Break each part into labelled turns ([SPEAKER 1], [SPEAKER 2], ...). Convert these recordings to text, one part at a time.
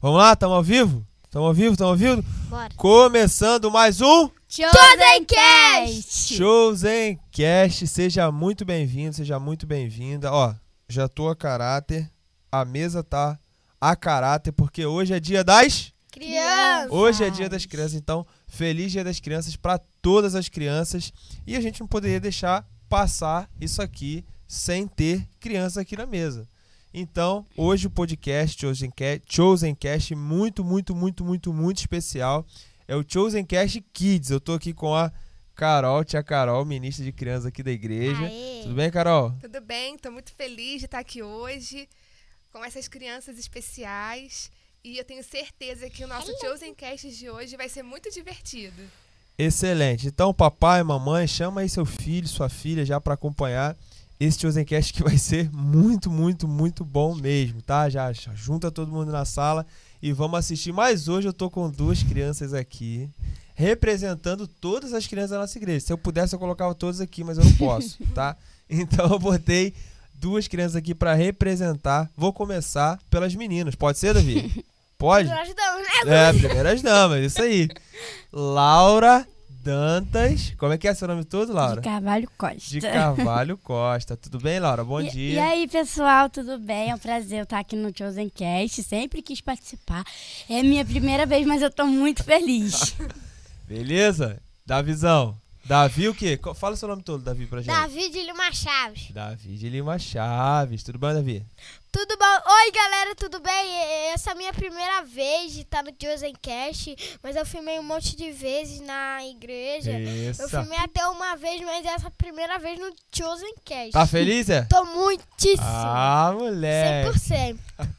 [SPEAKER 1] Vamos lá, estamos ao vivo? Estamos ao vivo, estamos ao vivo?
[SPEAKER 2] Bora.
[SPEAKER 1] Começando mais um
[SPEAKER 2] Chosencast!
[SPEAKER 1] Showzencast. Seja muito bem-vindo, seja muito bem-vinda. Ó, já tô a caráter, a mesa tá a caráter, porque hoje é dia das...
[SPEAKER 2] Criança!
[SPEAKER 1] Hoje é dia das crianças, então feliz dia das crianças para todas as crianças. E a gente não poderia deixar passar isso aqui sem ter criança aqui na mesa. Então, hoje o podcast Chosen Ca- Chosencast, muito, muito, muito, muito, muito especial. É o Chosencast Kids. Eu tô aqui com a Carol, tia Carol, ministra de crianças aqui da igreja.
[SPEAKER 2] Aê.
[SPEAKER 1] Tudo bem, Carol?
[SPEAKER 3] Tudo bem, estou muito feliz de estar aqui hoje com essas crianças especiais. E eu tenho certeza que o nosso Chosencast de hoje vai ser muito divertido.
[SPEAKER 1] Excelente. Então, papai, mamãe, chama aí seu filho, sua filha já para acompanhar esse Chosencast que vai ser muito, muito, muito bom mesmo, tá? Já já junta todo mundo na sala e vamos assistir. Mas hoje eu tô com duas crianças aqui, representando todas as crianças da nossa igreja. Se eu pudesse, eu colocava todas aqui, mas eu não posso, tá? Então eu botei duas crianças aqui para representar. Vou começar pelas meninas. Pode ser, Davi? Pode?
[SPEAKER 2] ajudamos,
[SPEAKER 1] É, primeiras damas, isso aí. Laura Dantas. Como é que é seu nome todo, Laura?
[SPEAKER 4] De Carvalho Costa.
[SPEAKER 1] De Carvalho Costa. Tudo bem, Laura? Bom
[SPEAKER 4] E-
[SPEAKER 1] dia.
[SPEAKER 4] E aí, pessoal, tudo bem? É um prazer eu estar aqui no Chosencast. Sempre quis participar. É minha primeira vez, mas eu tô muito feliz.
[SPEAKER 1] Beleza? Davizão. Davi o quê? Co- Fala seu nome todo, Davi, pra gente.
[SPEAKER 2] Davi de Lima Chaves.
[SPEAKER 1] Davi de Lima Chaves. Tudo bem, Davi?
[SPEAKER 2] Tudo bom? Oi, galera, tudo bem? Essa é a minha primeira vez de estar no Chosencast, mas eu filmei um monte de vezes na igreja.
[SPEAKER 4] é.
[SPEAKER 2] Eu
[SPEAKER 1] Isso.
[SPEAKER 2] filmei até uma vez, mas essa é a primeira vez no Chosencast.
[SPEAKER 1] Tá feliz, é?
[SPEAKER 2] Tô muitíssimo.
[SPEAKER 1] Ah, moleque.
[SPEAKER 2] 100%.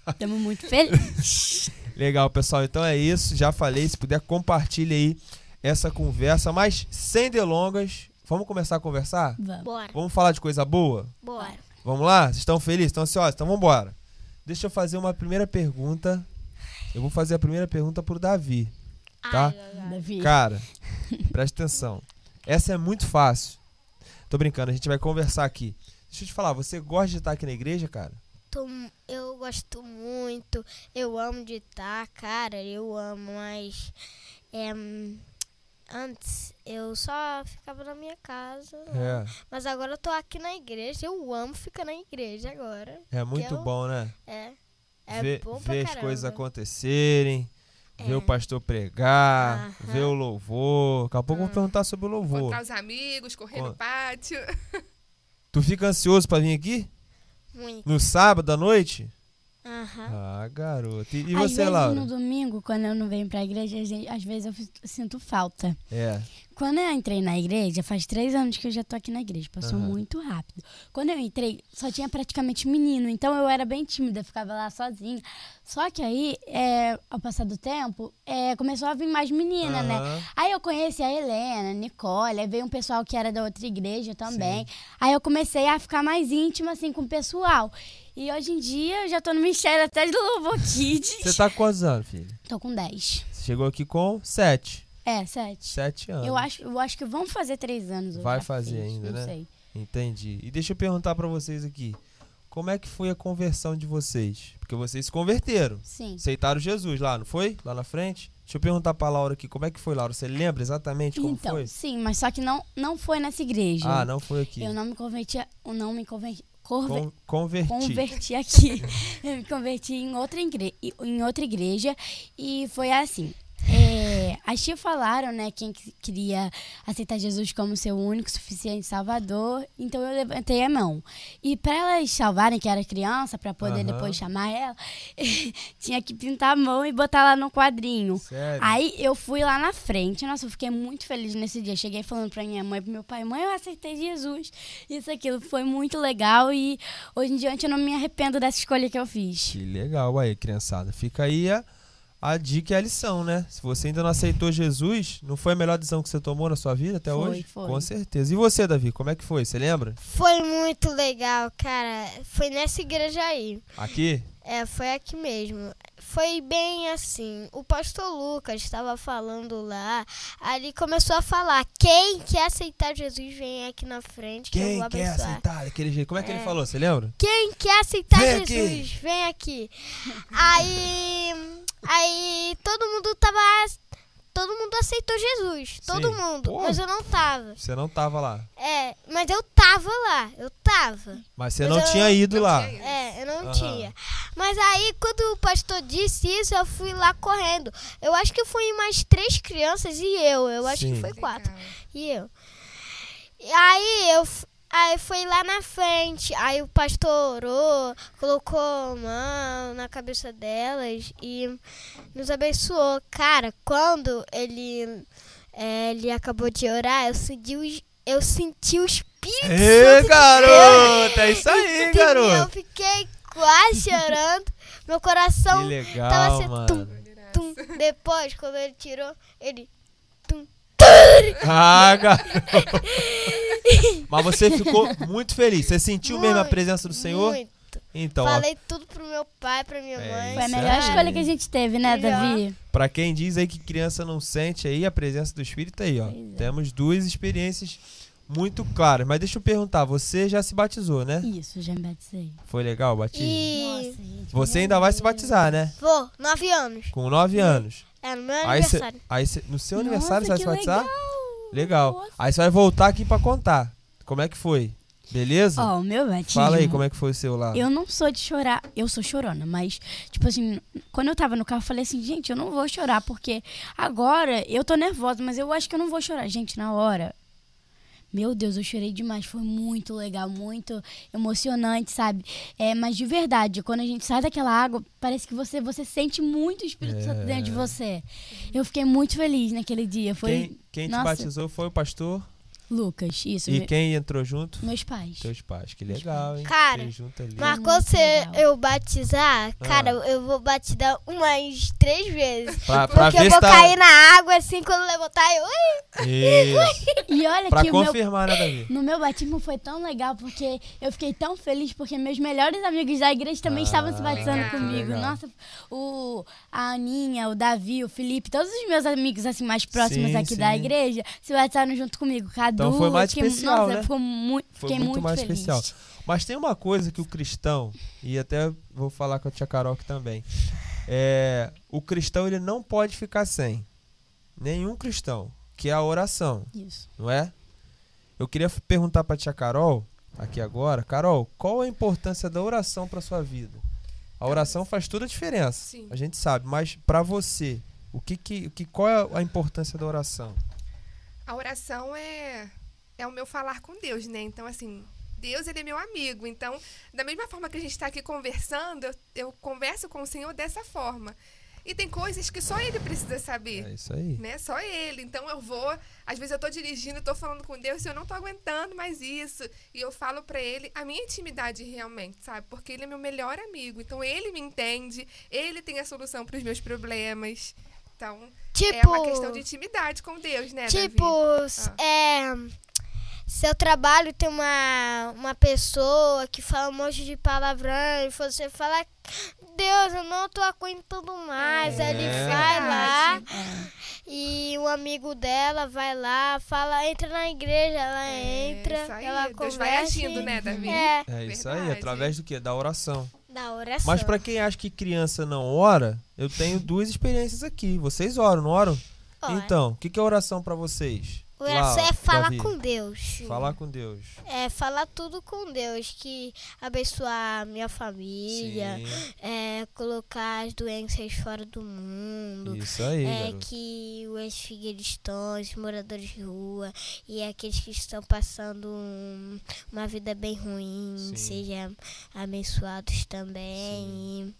[SPEAKER 4] Estamos muito felizes.
[SPEAKER 1] Legal, pessoal. Então é isso. Já falei. Se puder, compartilha aí essa conversa. Mas sem delongas, vamos começar a conversar?
[SPEAKER 4] Vamos.
[SPEAKER 2] Bora,
[SPEAKER 1] Vamos falar de coisa boa?
[SPEAKER 2] bora.
[SPEAKER 1] Vamos lá? Vocês estão felizes? Estão ansiosos? Então vamos embora. Deixa eu fazer uma primeira pergunta. Eu vou fazer a primeira pergunta pro Davi. Tá?
[SPEAKER 2] Ai, ai, ai.
[SPEAKER 4] Davi.
[SPEAKER 1] Cara, presta atenção. Essa é muito fácil. Tô brincando, a gente vai conversar aqui. Deixa eu te falar, você gosta de estar aqui na igreja, cara?
[SPEAKER 2] Tô mu- eu gosto muito, eu amo de estar, cara, eu amo, mas é, hum, antes eu só ficava na minha casa,
[SPEAKER 1] É,
[SPEAKER 2] mas agora eu tô aqui na igreja, eu amo ficar na igreja agora,
[SPEAKER 1] É muito
[SPEAKER 2] Hum, eu-
[SPEAKER 1] bom, né?
[SPEAKER 2] é, é
[SPEAKER 1] ver
[SPEAKER 2] bom pra
[SPEAKER 1] ver as
[SPEAKER 2] caramba. É.
[SPEAKER 1] coisas acontecerem, ver o pastor pregar,
[SPEAKER 2] Aham.
[SPEAKER 1] ver o louvor. Daqui a pouco eu vou perguntar sobre o louvor.
[SPEAKER 3] Encontrar os amigos, correr
[SPEAKER 1] Ó.
[SPEAKER 3] no pátio.
[SPEAKER 1] Tu fica ansioso pra vir aqui?
[SPEAKER 2] Muito,
[SPEAKER 1] No sábado à noite?
[SPEAKER 2] aham,
[SPEAKER 1] Ah, garoto. E, e
[SPEAKER 4] às
[SPEAKER 1] você,
[SPEAKER 4] vezes
[SPEAKER 1] Laura?
[SPEAKER 4] no domingo, quando eu não venho pra igreja, às vezes- às vezes eu fi- sinto falta.
[SPEAKER 1] É.
[SPEAKER 4] Quando eu entrei na igreja, faz três anos que eu já tô aqui na igreja, passou
[SPEAKER 1] Aham.
[SPEAKER 4] muito rápido. Quando eu entrei, só tinha praticamente menino, então eu era bem tímida, ficava lá sozinha. Só que aí, é, ao passar do tempo, é, começou a vir mais menina,
[SPEAKER 1] Aham.
[SPEAKER 4] né? Aí eu conheci a Helena, a Nicole, aí veio um pessoal que era da outra igreja também. Aí eu comecei a ficar mais íntima, assim, com o pessoal. E hoje em dia eu já tô no ministério até de Louvor Kids.
[SPEAKER 1] Você tá com quantos anos, filho?
[SPEAKER 4] Tô com 10.
[SPEAKER 1] Você chegou aqui com sete.
[SPEAKER 4] É, 7.
[SPEAKER 1] Sete anos.
[SPEAKER 4] Eu acho, eu acho que vão fazer três anos. eu
[SPEAKER 1] Vai
[SPEAKER 4] já
[SPEAKER 1] fazer
[SPEAKER 4] fiz,
[SPEAKER 1] ainda,
[SPEAKER 4] não
[SPEAKER 1] né?
[SPEAKER 4] Sei.
[SPEAKER 1] Entendi. E deixa eu perguntar pra vocês aqui. Como é que foi a conversão de vocês? Porque vocês se converteram.
[SPEAKER 4] Sim.
[SPEAKER 1] Aceitaram Jesus lá, não foi? Lá na frente? Deixa eu perguntar pra Laura aqui. Como é que foi, Laura? Você lembra exatamente como
[SPEAKER 4] então,
[SPEAKER 1] foi?
[SPEAKER 4] sim, mas só que não, não foi nessa igreja.
[SPEAKER 1] Ah, não foi aqui.
[SPEAKER 4] Eu não me converti, a- eu não me converti, corve-
[SPEAKER 1] Con- converti.
[SPEAKER 4] converti aqui. eu me converti em outra, igre- em outra igreja e foi assim. É, as tias falaram, né, quem que- queria aceitar Jesus como seu único, suficiente salvador, então eu levantei a mão. E para elas salvarem, que era criança, para poder
[SPEAKER 1] Aham.
[SPEAKER 4] depois chamar ela, tinha que pintar a mão e botar lá no quadrinho.
[SPEAKER 1] Sério?
[SPEAKER 4] Aí eu fui lá na frente, nossa, eu fiquei muito feliz nesse dia. Cheguei falando pra minha mãe, pro meu pai, mãe, eu aceitei Jesus. Isso, aquilo, foi muito legal e hoje em diante eu não me arrependo dessa escolha que eu fiz.
[SPEAKER 1] Que legal aí, criançada. Fica aí a, a dica e a lição, né? Se você ainda não aceitou Jesus, não foi a melhor decisão que você tomou na sua vida até
[SPEAKER 4] Foi,
[SPEAKER 1] hoje?
[SPEAKER 4] foi.
[SPEAKER 1] Com certeza. E você, Davi, como é que foi? Você lembra?
[SPEAKER 2] foi muito legal, cara, foi nessa igreja aí.
[SPEAKER 1] Aqui?
[SPEAKER 2] É, foi aqui mesmo. Foi bem assim. O pastor Lucas estava falando lá. Aí ele começou a falar: quem quer aceitar Jesus, vem aqui na frente que eu
[SPEAKER 1] Quem
[SPEAKER 2] vou
[SPEAKER 1] quer
[SPEAKER 2] abençoar.
[SPEAKER 1] aceitar daquele jeito? Como é que ele falou? Você lembra?
[SPEAKER 2] Quem quer aceitar
[SPEAKER 1] Vem aqui.
[SPEAKER 2] Jesus, vem aqui. Aí Aí todo mundo tava. Todo mundo aceitou Jesus. Todo
[SPEAKER 1] Sim.
[SPEAKER 2] mundo.
[SPEAKER 1] Pô.
[SPEAKER 2] Mas eu não tava.
[SPEAKER 1] Você não tava lá.
[SPEAKER 2] É, mas eu tava lá. Eu tava.
[SPEAKER 1] Mas você
[SPEAKER 2] Mas
[SPEAKER 1] não
[SPEAKER 2] eu
[SPEAKER 1] tinha ido
[SPEAKER 3] não
[SPEAKER 1] lá.
[SPEAKER 3] tinha ido.
[SPEAKER 2] É, eu não
[SPEAKER 1] Aham.
[SPEAKER 2] tinha. Mas aí, quando o pastor disse isso, eu fui lá correndo. Eu acho que foi mais três crianças e eu. Eu acho
[SPEAKER 1] Sim.
[SPEAKER 2] que foi quatro.
[SPEAKER 3] Legal.
[SPEAKER 2] E eu. E aí, eu f- aí fui lá na frente. Aí o pastor orou, colocou a mão na cabeça delas e nos abençoou. Cara, quando ele, eh, ele acabou de orar, eu senti o, es- eu senti o Espírito
[SPEAKER 1] Ê,
[SPEAKER 2] Santo
[SPEAKER 1] garoto! É isso aí,
[SPEAKER 2] Entendeu? Eu
[SPEAKER 1] garoto!
[SPEAKER 2] fiquei quase chorando. Meu
[SPEAKER 1] Que
[SPEAKER 2] coração tava
[SPEAKER 1] legal,
[SPEAKER 2] Então, assim,
[SPEAKER 1] mano.
[SPEAKER 2] tum. Depois, quando ele tirou, ele. Tum.
[SPEAKER 1] Ah, garoto! Mas você ficou muito feliz. Você sentiu mesmo a
[SPEAKER 2] Muito,
[SPEAKER 1] presença do Senhor?
[SPEAKER 2] Muito.
[SPEAKER 1] Então, ó,
[SPEAKER 2] Falei tudo pro meu pai, pra minha
[SPEAKER 1] É
[SPEAKER 2] mãe.
[SPEAKER 1] isso
[SPEAKER 4] Foi a
[SPEAKER 1] aí.
[SPEAKER 4] melhor escolha que a gente teve, né,
[SPEAKER 2] Melhor.
[SPEAKER 4] Davi?
[SPEAKER 1] pra quem diz aí que criança não sente aí a presença do Espírito aí, ó.
[SPEAKER 4] Pois é.
[SPEAKER 1] Temos duas experiências muito claras. Mas deixa eu perguntar, você já se batizou, né?
[SPEAKER 4] Isso, já me batizei.
[SPEAKER 1] Foi legal o batismo?
[SPEAKER 2] E.
[SPEAKER 4] gente.
[SPEAKER 1] Você ainda vai se batizar, né?
[SPEAKER 2] Vou, nove anos.
[SPEAKER 1] Com 9 anos.
[SPEAKER 2] É no meu
[SPEAKER 1] Aí cê,
[SPEAKER 2] aniversário.
[SPEAKER 1] aí cê, no seu
[SPEAKER 4] Nossa,
[SPEAKER 1] aniversário você vai
[SPEAKER 4] que
[SPEAKER 1] se batizar?
[SPEAKER 4] legal.
[SPEAKER 1] Legal.
[SPEAKER 4] Nossa.
[SPEAKER 1] Aí você vai voltar aqui pra contar. Como é que foi? Beleza?
[SPEAKER 4] Ó, o meu batismo.
[SPEAKER 1] Fala aí como é que foi o seu lá.
[SPEAKER 4] Eu não sou de chorar, eu sou chorona, mas, tipo assim, quando eu tava no carro, eu falei assim, gente, eu não vou chorar, porque agora eu tô nervosa, mas eu acho que eu não vou chorar. Gente, na hora. Meu Deus, eu chorei demais. Foi muito legal, muito emocionante, sabe? É, mas de verdade, quando a gente sai daquela água, parece que você, você sente muito o Espírito
[SPEAKER 1] É.
[SPEAKER 4] Santo dentro de você. Eu fiquei muito feliz naquele dia. Foi
[SPEAKER 1] Quem, quem te
[SPEAKER 4] Nossa.
[SPEAKER 1] batizou foi o pastor
[SPEAKER 4] Lucas, isso.
[SPEAKER 1] e
[SPEAKER 4] me-
[SPEAKER 1] quem entrou junto?
[SPEAKER 4] Meus pais.
[SPEAKER 1] Teus pais. Que legal, hein?
[SPEAKER 2] Cara,
[SPEAKER 1] Vocês junto ali.
[SPEAKER 2] Marcou
[SPEAKER 4] muito
[SPEAKER 2] se
[SPEAKER 4] legal.
[SPEAKER 2] eu batizar,
[SPEAKER 1] Ah.
[SPEAKER 2] cara, eu vou batizar umas três vezes.
[SPEAKER 1] Pra, pra
[SPEAKER 2] Porque eu
[SPEAKER 1] ver
[SPEAKER 2] vou
[SPEAKER 1] se tá...
[SPEAKER 2] cair na água assim quando levantar eu.
[SPEAKER 3] É
[SPEAKER 2] "Ui!"
[SPEAKER 1] Isso.
[SPEAKER 4] E olha
[SPEAKER 1] Pra
[SPEAKER 4] É que o meu
[SPEAKER 1] confirmar, né, Davi?
[SPEAKER 4] No meu batismo foi tão legal porque eu fiquei tão feliz porque meus melhores amigos da igreja também
[SPEAKER 1] Ah,
[SPEAKER 4] estavam se batizando
[SPEAKER 3] legal.
[SPEAKER 4] comigo.
[SPEAKER 1] Legal.
[SPEAKER 4] Nossa, o a Aninha, o Davi, o Felipe, todos os meus amigos assim mais próximos
[SPEAKER 1] Sim,
[SPEAKER 4] aqui da
[SPEAKER 1] sim.
[SPEAKER 4] igreja se batizaram junto comigo. Cadu,
[SPEAKER 1] Então foi mais
[SPEAKER 4] eu fiquei,
[SPEAKER 1] especial,
[SPEAKER 4] nossa,
[SPEAKER 1] né?
[SPEAKER 4] ficou muito,
[SPEAKER 1] Foi
[SPEAKER 4] fiquei
[SPEAKER 1] muito,
[SPEAKER 4] muito,
[SPEAKER 1] mais
[SPEAKER 4] feliz.
[SPEAKER 1] especial. Mas tem uma coisa que o cristão, e até vou falar com a tia Carol aqui também, é, o cristão ele não pode ficar sem. Nenhum cristão, que é a oração,
[SPEAKER 4] Isso.
[SPEAKER 1] não é? Eu queria f- perguntar pra tia Carol, aqui agora, Carol, qual a importância da oração pra sua vida? A oração faz toda a diferença,
[SPEAKER 3] Sim.
[SPEAKER 1] a gente sabe, mas pra você, o que que, o que qual é a importância da oração?
[SPEAKER 3] A oração é, é o meu falar com Deus, né? Então, assim, Deus, ele é meu amigo. Então, da mesma forma que a gente está aqui conversando, eu, eu converso com o Senhor dessa forma. E tem coisas que só Ele precisa saber,
[SPEAKER 1] É isso aí.
[SPEAKER 3] né? Só Ele. Então, eu vou... Às vezes eu tô dirigindo, tô falando com Deus e eu não tô aguentando mais isso. E eu falo para Ele a minha intimidade realmente, sabe? Porque Ele é meu melhor amigo. Então, Ele me entende. Ele tem a solução para os meus problemas. Então,
[SPEAKER 2] Tipo.
[SPEAKER 3] é uma questão de intimidade com Deus, né, Davi?
[SPEAKER 2] Tipo, s-
[SPEAKER 3] Ah.
[SPEAKER 2] é, seu trabalho tem uma, uma pessoa que fala um monte de palavrão e você fala, Deus, eu não tô aguentando mais. Aí ele
[SPEAKER 1] É.
[SPEAKER 2] vai lá
[SPEAKER 3] Verdade.
[SPEAKER 4] é,
[SPEAKER 2] e o amigo dela vai lá, fala, entra na igreja, ela entra,
[SPEAKER 3] É, isso aí,
[SPEAKER 2] ela
[SPEAKER 3] Deus
[SPEAKER 2] conversa.
[SPEAKER 3] vai agindo,
[SPEAKER 2] e-
[SPEAKER 3] né, Davi?
[SPEAKER 2] É,
[SPEAKER 1] É isso aí,
[SPEAKER 3] Verdade.
[SPEAKER 1] através do que? Da oração.
[SPEAKER 2] da oração.
[SPEAKER 1] Mas pra quem acha que criança não ora, eu tenho duas experiências aqui. Vocês oram, não oram?
[SPEAKER 2] Ora.
[SPEAKER 1] Então, o que, que é oração pra vocês?
[SPEAKER 2] Oração
[SPEAKER 1] Lá,
[SPEAKER 2] é falar
[SPEAKER 1] tá- Davi.
[SPEAKER 2] com Deus.
[SPEAKER 1] Falar com Deus.
[SPEAKER 2] É falar tudo com Deus, que abençoar a minha família,
[SPEAKER 1] Sim,
[SPEAKER 2] é, colocar as doenças fora do mundo.
[SPEAKER 1] isso aí,
[SPEAKER 2] é
[SPEAKER 1] garoto.
[SPEAKER 2] que os figueiristões, os moradores de rua e é aqueles que estão passando um- uma vida bem ruim
[SPEAKER 1] Sim.
[SPEAKER 2] sejam abençoados também.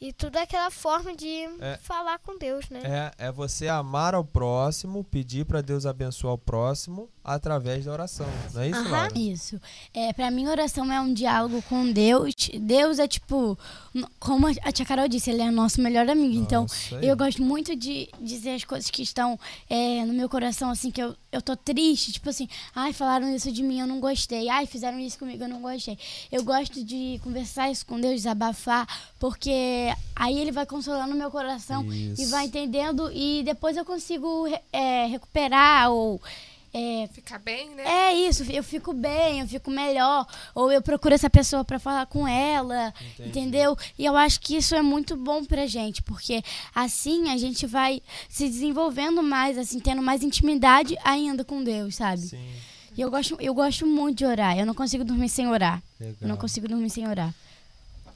[SPEAKER 2] E, e tudo é aquela forma de
[SPEAKER 1] É.
[SPEAKER 2] falar com Deus, né?
[SPEAKER 1] É, é você amar ao próximo, pedir pra Deus abençoar o próximo através da oração. Não é isso,
[SPEAKER 2] Aham.
[SPEAKER 1] Laura?
[SPEAKER 4] Isso. É, para mim, oração é um diálogo com Deus. Deus é tipo, n- como a tia Carol disse, ele é nosso melhor amigo. Então,
[SPEAKER 1] Nossa, aí.
[SPEAKER 4] eu gosto muito de dizer as coisas que estão é, no meu coração, assim, que eu, eu tô triste. Tipo assim, ai, falaram isso de mim, eu não gostei. Ai, fizeram isso comigo, eu não gostei. Eu gosto de conversar isso com Deus, desabafar, porque aí ele vai consolando o meu coração
[SPEAKER 1] Isso.
[SPEAKER 4] e vai entendendo. E depois eu consigo re- é, recuperar ou é,
[SPEAKER 3] Ficar bem, né?
[SPEAKER 4] é isso, eu fico bem, eu fico melhor, ou eu procuro essa pessoa pra falar com ela,
[SPEAKER 1] Entendi.
[SPEAKER 4] entendeu? E eu acho que isso é muito bom pra gente, porque assim a gente vai se desenvolvendo mais, assim, tendo mais intimidade ainda com Deus, sabe?
[SPEAKER 1] Sim.
[SPEAKER 4] E eu gosto, eu gosto muito de orar, eu não consigo dormir sem orar. Eu não
[SPEAKER 1] Legal.
[SPEAKER 4] consigo dormir sem orar.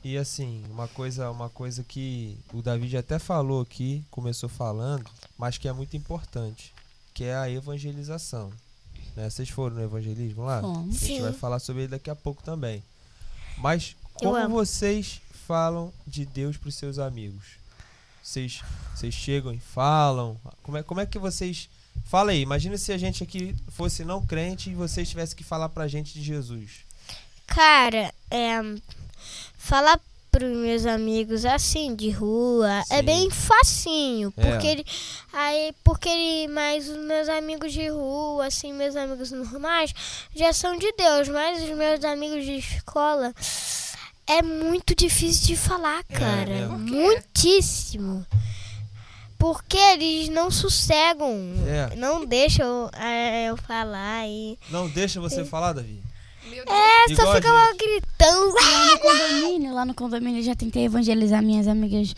[SPEAKER 1] E assim, uma coisa, uma coisa que o David até falou aqui, começou falando, mas que é muito importante, que é a evangelização. Né? Vocês foram no evangelismo lá?
[SPEAKER 4] Fomos.
[SPEAKER 1] A gente
[SPEAKER 2] Sim.
[SPEAKER 1] vai falar sobre ele daqui a pouco também. Mas
[SPEAKER 2] Eu
[SPEAKER 1] como
[SPEAKER 2] amo.
[SPEAKER 1] vocês falam de Deus para os seus amigos? Vocês, vocês chegam e falam? Como é, como é que vocês... Fala aí, imagina se a gente aqui fosse não crente e vocês tivessem que falar pra gente de Jesus.
[SPEAKER 2] Cara, é, falar pros meus amigos assim, de rua, é
[SPEAKER 1] Sim.
[SPEAKER 2] bem facinho.
[SPEAKER 1] É.
[SPEAKER 2] Porque ele. Aí, porque ele. Mas os meus amigos de rua, assim, meus amigos normais, já são de Deus. Mas os meus amigos de escola. É muito difícil de falar, cara.
[SPEAKER 1] É mesmo?
[SPEAKER 3] Por quê?
[SPEAKER 2] Muitíssimo. Porque eles não sossegam.
[SPEAKER 1] É.
[SPEAKER 2] Não deixam é, eu falar. E...
[SPEAKER 1] Não deixa você falar, Davi?
[SPEAKER 3] Meu Deus.
[SPEAKER 2] É,
[SPEAKER 1] Igual
[SPEAKER 2] só
[SPEAKER 1] a
[SPEAKER 2] fica lá gritando.
[SPEAKER 4] Lá no condomínio, lá no condomínio eu já tentei evangelizar minhas amigas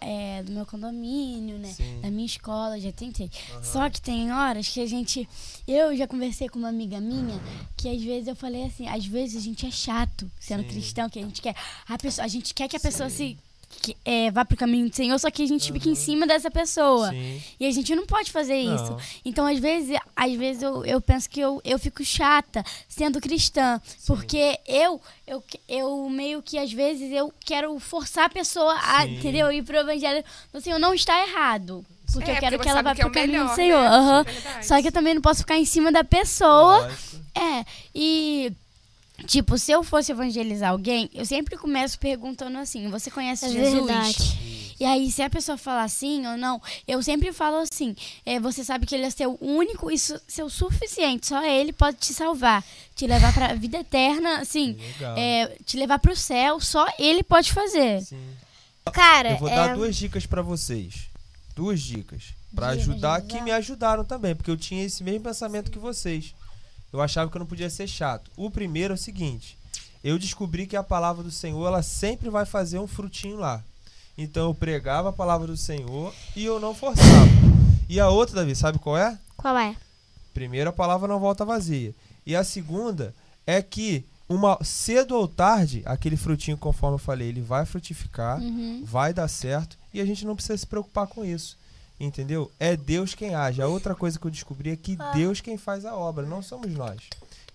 [SPEAKER 4] é, do meu condomínio, né?
[SPEAKER 1] Sim.
[SPEAKER 4] Da minha escola, já tentei. Só que tem horas que a gente. Eu já conversei com uma amiga minha que às vezes eu falei assim, às vezes a gente é chato sendo
[SPEAKER 1] Sim.
[SPEAKER 4] cristão, que a gente quer. A, pessoa, a gente quer que a pessoa se. que, é, vá pro caminho do Senhor, só que a gente fica em cima dessa pessoa.
[SPEAKER 1] Uhum. Sim.
[SPEAKER 4] E a gente não pode fazer
[SPEAKER 1] Não.
[SPEAKER 4] isso. Então, às vezes, às vezes eu, eu penso que eu, eu fico chata sendo cristã. Porque eu, eu, eu meio que, às vezes, eu quero forçar a pessoa a,
[SPEAKER 1] Sim.
[SPEAKER 4] entendeu? Ir pro evangelho. Assim, eu não está errado. Porque
[SPEAKER 3] É,
[SPEAKER 4] eu quero
[SPEAKER 3] porque
[SPEAKER 4] que ela
[SPEAKER 3] você
[SPEAKER 4] vá
[SPEAKER 3] sabe
[SPEAKER 4] pro
[SPEAKER 3] que é o
[SPEAKER 4] caminho
[SPEAKER 3] melhor,
[SPEAKER 4] do Senhor.
[SPEAKER 3] né?
[SPEAKER 4] Aham.
[SPEAKER 3] Verdade.
[SPEAKER 4] Só que eu também não posso ficar em cima da pessoa.
[SPEAKER 1] Lógico.
[SPEAKER 4] É, e. Tipo, se eu fosse evangelizar alguém, eu sempre começo perguntando assim: você conhece
[SPEAKER 2] É
[SPEAKER 4] Jesus?
[SPEAKER 2] verdade.
[SPEAKER 4] E aí, se a pessoa falar sim ou não, eu sempre falo assim: é, você sabe que ele é seu único e su- seu suficiente, só ele pode te salvar, te levar pra vida eterna, assim,
[SPEAKER 1] Legal.
[SPEAKER 4] é, te levar pro céu, só ele pode fazer.
[SPEAKER 1] Sim.
[SPEAKER 2] Cara,
[SPEAKER 1] Eu vou
[SPEAKER 2] é,
[SPEAKER 1] dar duas dicas pra vocês. Duas dicas Pra
[SPEAKER 4] De
[SPEAKER 1] ajudar
[SPEAKER 4] evangelizar?
[SPEAKER 1] que me ajudaram também, porque eu tinha esse mesmo pensamento que vocês. Eu achava que eu não podia ser chato. O primeiro é o seguinte: eu descobri que a palavra do Senhor, ela sempre vai fazer um frutinho lá. Então eu pregava a palavra do Senhor e eu não forçava. E a outra, Davi, sabe qual é?
[SPEAKER 2] qual é?
[SPEAKER 1] Primeiro, a palavra não volta vazia. E a segunda é que uma cedo ou tarde, aquele frutinho, conforme eu falei, ele vai frutificar,
[SPEAKER 4] Uhum.
[SPEAKER 3] Uhum.
[SPEAKER 1] vai dar certo e a gente não precisa se preocupar com isso. Entendeu? É Deus quem age. A outra coisa que eu descobri é que
[SPEAKER 3] Ah.
[SPEAKER 1] Deus quem faz a obra, não somos nós.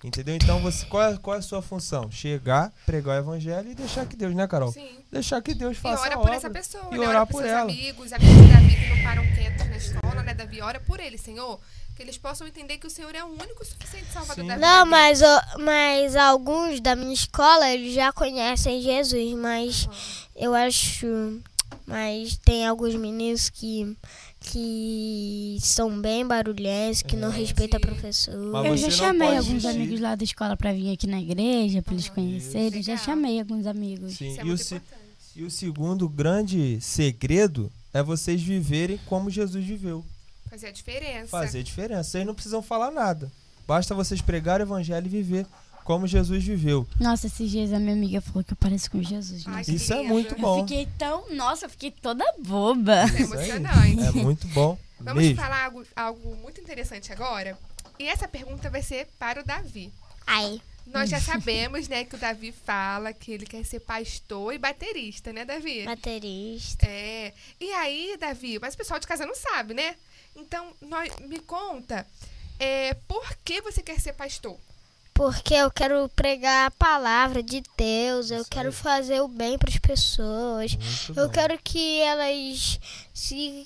[SPEAKER 1] Entendeu? Então, você, qual, é, qual é a sua função? Chegar, pregar o evangelho e deixar que Deus, né, Carol?
[SPEAKER 3] Sim.
[SPEAKER 1] Deixar que Deus
[SPEAKER 3] E
[SPEAKER 1] faça
[SPEAKER 3] ora
[SPEAKER 1] a
[SPEAKER 3] por
[SPEAKER 1] obra.
[SPEAKER 3] essa pessoa,
[SPEAKER 1] e
[SPEAKER 3] né?
[SPEAKER 1] orar
[SPEAKER 3] Ora
[SPEAKER 1] por
[SPEAKER 3] por seus
[SPEAKER 1] ela.
[SPEAKER 3] amigos, amigos da vida que não param quietos na escola, né, Davi? Ora por eles, Senhor. Que eles possam entender que o Senhor é o único suficiente salvador
[SPEAKER 1] Sim.
[SPEAKER 3] da vida.
[SPEAKER 2] Não,
[SPEAKER 3] deles.
[SPEAKER 2] mas, o- mas alguns da minha escola eles já conhecem Jesus, mas eu acho. Mas tem alguns meninos que, que são bem barulhentos, que não respeitam a
[SPEAKER 3] Sim.
[SPEAKER 2] professora.
[SPEAKER 1] É, Mas
[SPEAKER 4] Eu
[SPEAKER 1] Ah, você
[SPEAKER 4] já
[SPEAKER 1] não
[SPEAKER 4] chamei
[SPEAKER 1] pode
[SPEAKER 4] alguns
[SPEAKER 1] desistir. Ah,
[SPEAKER 4] amigos lá da escola pra vir aqui na igreja, pra eles conhecerem. Já
[SPEAKER 3] Legal.
[SPEAKER 4] chamei alguns amigos.
[SPEAKER 1] Sim.
[SPEAKER 3] Isso é
[SPEAKER 1] e o,
[SPEAKER 3] muito
[SPEAKER 1] se,
[SPEAKER 3] importante.
[SPEAKER 1] E o segundo grande segredo é vocês viverem como Jesus viveu.
[SPEAKER 3] Fazer a diferença.
[SPEAKER 1] Fazer diferença. Vocês não precisam falar nada. Basta vocês pregar o evangelho e viver como Jesus viveu.
[SPEAKER 4] Nossa, esses dias a minha amiga falou que eu pareço com Jesus.
[SPEAKER 3] Ai,
[SPEAKER 4] Né?
[SPEAKER 3] que
[SPEAKER 1] Isso é
[SPEAKER 3] lindo.
[SPEAKER 1] muito
[SPEAKER 4] Eu
[SPEAKER 1] bom.
[SPEAKER 4] fiquei tão. Nossa, eu fiquei toda boba.
[SPEAKER 1] Isso aí.
[SPEAKER 3] emocionante.
[SPEAKER 1] É muito bom
[SPEAKER 3] Vamos
[SPEAKER 1] mesmo.
[SPEAKER 3] falar algo, algo muito interessante agora. E essa pergunta vai ser para o Davi.
[SPEAKER 2] Ai,
[SPEAKER 3] Nós
[SPEAKER 1] Hum.
[SPEAKER 3] já sabemos, né, que o Davi fala que ele quer ser pastor e baterista, né, Davi?
[SPEAKER 2] baterista.
[SPEAKER 3] É. E aí, Davi, mas o pessoal de casa não sabe, né? Então, nós, me conta, é, por que você quer ser pastor?
[SPEAKER 2] Porque eu quero pregar a palavra de Deus, eu
[SPEAKER 1] Isso
[SPEAKER 2] quero
[SPEAKER 1] aí.
[SPEAKER 2] fazer o bem para as pessoas.
[SPEAKER 1] Muito
[SPEAKER 2] Eu
[SPEAKER 1] bom.
[SPEAKER 2] quero que elas se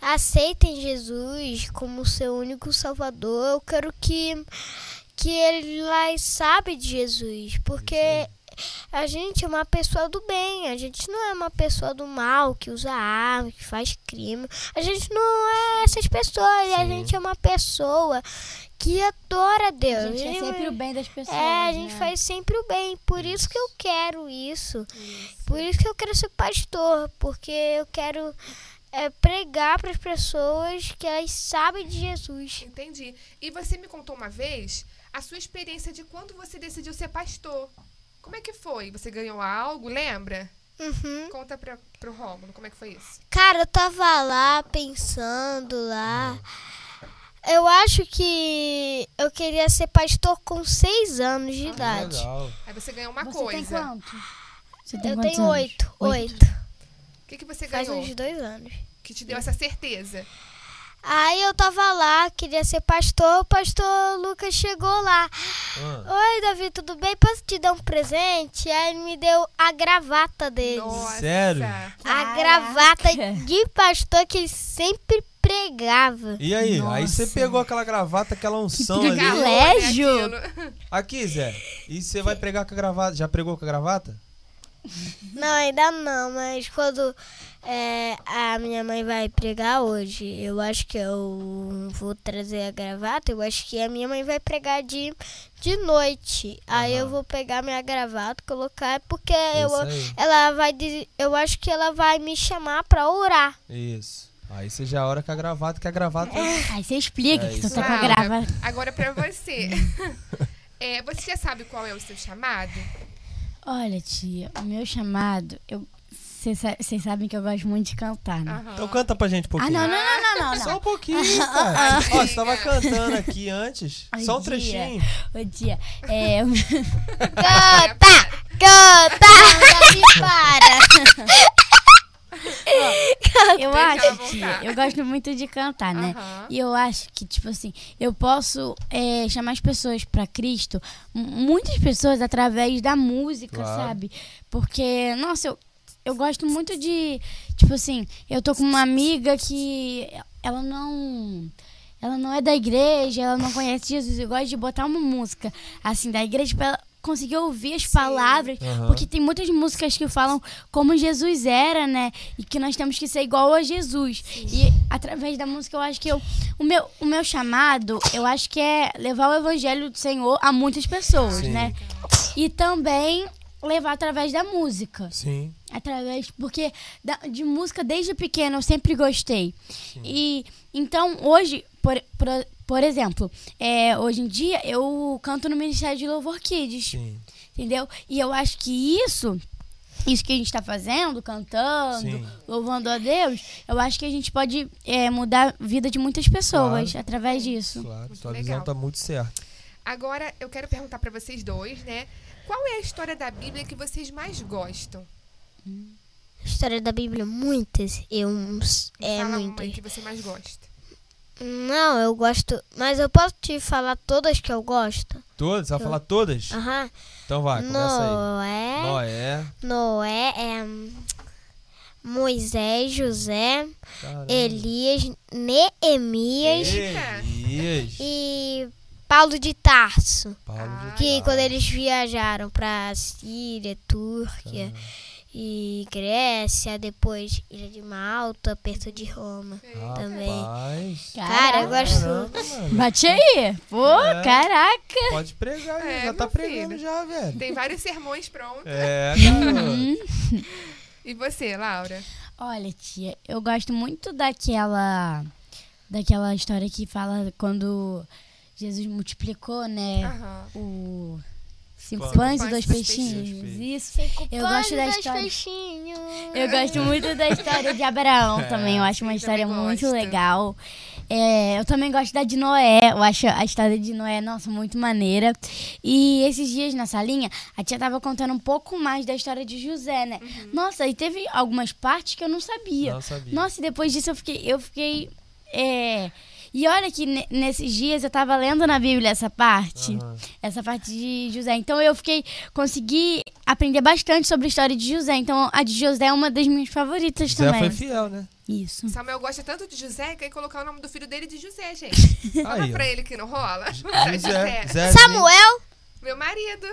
[SPEAKER 2] aceitem Jesus como seu único salvador. Eu quero que que elas sabem de Jesus, porque a gente é uma pessoa do bem, a gente não é uma pessoa do mal que usa arma, que faz crime. A gente não é essas pessoas, a
[SPEAKER 1] Sim.
[SPEAKER 2] gente é uma pessoa que adora Deus.
[SPEAKER 4] A gente é
[SPEAKER 2] Ele-
[SPEAKER 4] sempre o bem das pessoas.
[SPEAKER 2] é, a gente
[SPEAKER 4] né?
[SPEAKER 2] faz sempre o bem. Por isso. que eu quero isso. Por isso que eu quero ser pastor. Porque eu quero é, pregar para as pessoas que elas sabem de Jesus.
[SPEAKER 3] Entendi. E você me contou uma vez a sua experiência de quando você decidiu ser pastor. Como é que foi? Você ganhou algo, lembra?
[SPEAKER 2] Uhum.
[SPEAKER 3] Conta pra, pro Rômulo como é que foi isso.
[SPEAKER 2] Cara, eu tava lá pensando lá. Eu acho que eu queria ser pastor com seis anos
[SPEAKER 4] Ah,
[SPEAKER 2] de idade.
[SPEAKER 1] Legal.
[SPEAKER 3] Aí você ganhou uma
[SPEAKER 4] Você tem
[SPEAKER 3] coisa.
[SPEAKER 4] quanto? Você
[SPEAKER 2] Eu
[SPEAKER 4] quantos
[SPEAKER 2] tenho
[SPEAKER 4] anos?
[SPEAKER 2] oito.
[SPEAKER 4] Oito.
[SPEAKER 2] Oito.
[SPEAKER 3] O que, que você
[SPEAKER 2] Faz
[SPEAKER 3] ganhou
[SPEAKER 2] uns dois anos.
[SPEAKER 3] que te deu essa certeza?
[SPEAKER 2] Aí eu tava lá, queria ser pastor, o pastor Lucas chegou lá.
[SPEAKER 1] Ah,
[SPEAKER 2] Oi, Davi, tudo bem? Posso te dar um presente? Aí ele me deu a gravata dele.
[SPEAKER 3] Nossa.
[SPEAKER 1] Sério?
[SPEAKER 2] A
[SPEAKER 4] Caraca.
[SPEAKER 2] gravata de pastor que ele sempre pregava.
[SPEAKER 1] E aí? Aí você
[SPEAKER 4] Nossa.
[SPEAKER 1] pegou aquela gravata, aquela unção
[SPEAKER 4] Que
[SPEAKER 1] ali.
[SPEAKER 4] legal.
[SPEAKER 3] Privilégio.
[SPEAKER 1] Aqui, Zé. E você vai pregar com a gravata. Já pregou com a gravata?
[SPEAKER 2] Não, ainda não, mas quando é, a minha mãe vai pregar hoje, eu acho que eu vou trazer a gravata. Eu acho que a minha mãe vai pregar de, de noite. Aí eu vou pegar minha gravata, colocar, porque
[SPEAKER 4] É,
[SPEAKER 2] eu,
[SPEAKER 1] Isso
[SPEAKER 2] ela vai. dizer- Eu acho que ela vai me chamar pra orar.
[SPEAKER 1] Isso. Aí você já ora com a gravata, que a gravata.
[SPEAKER 4] Aí você explica
[SPEAKER 1] É
[SPEAKER 4] que você
[SPEAKER 1] isso.
[SPEAKER 4] tá com a
[SPEAKER 3] Laura,
[SPEAKER 4] grava.
[SPEAKER 3] Agora pra você. É, você já sabe qual é o seu chamado?
[SPEAKER 4] Olha, tia, o meu chamado, eu. Vocês sa- vocês sabem que eu gosto muito de cantar, né?
[SPEAKER 3] Aham.
[SPEAKER 1] Então canta pra gente um
[SPEAKER 4] Ah,
[SPEAKER 1] pouquinho.
[SPEAKER 4] não, não, não, não, não, não.
[SPEAKER 1] Só um pouquinho, cara. Ó, você tava
[SPEAKER 3] Ai,
[SPEAKER 1] cantando aqui antes.
[SPEAKER 4] Ai,
[SPEAKER 1] Só um
[SPEAKER 4] dia.
[SPEAKER 1] trechinho.
[SPEAKER 4] Ô, tia, é.
[SPEAKER 2] Canta! Canta! para!
[SPEAKER 4] eu
[SPEAKER 3] Deixa ela
[SPEAKER 4] acho,
[SPEAKER 3] voltar.
[SPEAKER 4] tia, eu gosto muito de cantar, né?
[SPEAKER 3] Aham.
[SPEAKER 4] E eu acho que, tipo assim, eu posso é, chamar as pessoas pra Cristo, m- muitas pessoas através da música,
[SPEAKER 1] Claro.
[SPEAKER 4] sabe? Porque, nossa, eu, eu gosto muito de. Tipo assim, eu tô com uma amiga que ela não. Ela não é da igreja, ela não conhece Jesus. Eu gosto de botar uma música, assim, da igreja pra ela conseguir ouvir as palavras.
[SPEAKER 1] Aham.
[SPEAKER 4] Porque tem muitas músicas que falam como Jesus era, né? E que nós temos que ser igual a Jesus. E através da música, eu acho que eu, o, meu, o meu chamado, eu acho que é levar o evangelho do Senhor a muitas pessoas,
[SPEAKER 1] Sim.
[SPEAKER 4] né? E também levar através da música.
[SPEAKER 1] Sim.
[SPEAKER 4] Através, porque da- de música desde pequena eu sempre gostei. E então hoje, por, por, por exemplo, é, hoje em dia eu canto no Ministério de Louvor Kids.
[SPEAKER 1] Sim.
[SPEAKER 4] Entendeu? E eu acho que isso, isso que a gente tá fazendo, cantando,
[SPEAKER 1] Sim.
[SPEAKER 4] louvando a Deus, eu acho que a gente pode é, mudar a vida de muitas pessoas através disso.
[SPEAKER 1] Claro,
[SPEAKER 3] Muito
[SPEAKER 1] sua
[SPEAKER 3] legal.
[SPEAKER 1] visão tá muito certa.
[SPEAKER 3] Agora eu quero perguntar pra vocês dois, né? Qual é a história da Bíblia que vocês mais gostam?
[SPEAKER 2] História da Bíblia, é muitas. Eu, é,
[SPEAKER 3] Fala uma
[SPEAKER 2] muitas.
[SPEAKER 3] aí que você mais gosta.
[SPEAKER 2] Não, eu gosto. Mas eu posso te falar todas que eu gosto?
[SPEAKER 1] Todas? Você vai falar todas?
[SPEAKER 2] Aham.
[SPEAKER 1] Então vai, começa aí.
[SPEAKER 2] Ah. Noé,
[SPEAKER 1] Noé.
[SPEAKER 2] Noé, é, hum, Moisés, José,
[SPEAKER 1] Caramba.
[SPEAKER 2] Elias, Neemias
[SPEAKER 1] Elias.
[SPEAKER 2] e Paulo de Tarso.
[SPEAKER 1] Paulo de
[SPEAKER 2] Que
[SPEAKER 1] Tarso.
[SPEAKER 2] quando eles viajaram pra Síria, Turquia
[SPEAKER 1] Tá.
[SPEAKER 2] e Grécia, depois Ilha de Malta, perto de Roma. também.
[SPEAKER 1] Rapaz.
[SPEAKER 2] Cara, eu gosto.
[SPEAKER 1] Caramba, mano.
[SPEAKER 4] Bate aí! Pô,
[SPEAKER 1] É.
[SPEAKER 4] caraca!
[SPEAKER 1] Pode pregar,
[SPEAKER 3] É,
[SPEAKER 1] aí, já tá
[SPEAKER 3] meu
[SPEAKER 1] pregando
[SPEAKER 3] filho.
[SPEAKER 1] já, velho.
[SPEAKER 3] Tem vários sermões prontos.
[SPEAKER 1] É,
[SPEAKER 2] Uhum.
[SPEAKER 1] garoto.
[SPEAKER 3] E você, Laura?
[SPEAKER 4] Olha, tia, eu gosto muito daquela. Daquela história que fala quando Jesus multiplicou,
[SPEAKER 2] É.
[SPEAKER 4] né?
[SPEAKER 3] Aham.
[SPEAKER 4] O. Cinco
[SPEAKER 1] Pães.
[SPEAKER 4] pães e
[SPEAKER 3] Pães
[SPEAKER 4] dois
[SPEAKER 3] e dois
[SPEAKER 4] peixinhos.
[SPEAKER 1] peixinhos.
[SPEAKER 4] Isso.
[SPEAKER 2] Cinco
[SPEAKER 4] Eu
[SPEAKER 2] pães
[SPEAKER 4] gosto
[SPEAKER 2] e
[SPEAKER 4] da
[SPEAKER 2] dois
[SPEAKER 4] história.
[SPEAKER 2] peixinhos.
[SPEAKER 4] Eu gosto muito da história de Abraão também. Eu acho uma
[SPEAKER 3] sim,
[SPEAKER 4] história
[SPEAKER 3] também
[SPEAKER 4] muito
[SPEAKER 3] gosto.
[SPEAKER 4] legal. É, eu também gosto da de Noé. Eu acho a história de Noé, nossa, muito maneira. E esses dias na salinha, a tia tava contando um pouco mais da história de José, né?
[SPEAKER 2] Uhum.
[SPEAKER 4] Nossa, e teve algumas partes que eu não sabia.
[SPEAKER 1] Não sabia.
[SPEAKER 4] Nossa, e depois disso eu fiquei. Eu fiquei é... E olha que ne- nesses dias eu tava lendo na Bíblia essa parte.
[SPEAKER 1] Aham.
[SPEAKER 4] Essa parte de José. Então eu fiquei. Consegui aprender bastante sobre a história de José. Então a de José é uma das minhas favoritas
[SPEAKER 1] Zé
[SPEAKER 4] também.
[SPEAKER 1] foi fiel, né?
[SPEAKER 4] Isso.
[SPEAKER 3] Samuel gosta tanto de José que quer colocar o nome do filho dele de José, gente. Fala
[SPEAKER 1] Aí, ó.
[SPEAKER 3] pra ele que não rola.
[SPEAKER 1] José. Zé.
[SPEAKER 2] Samuel?
[SPEAKER 3] Meu marido.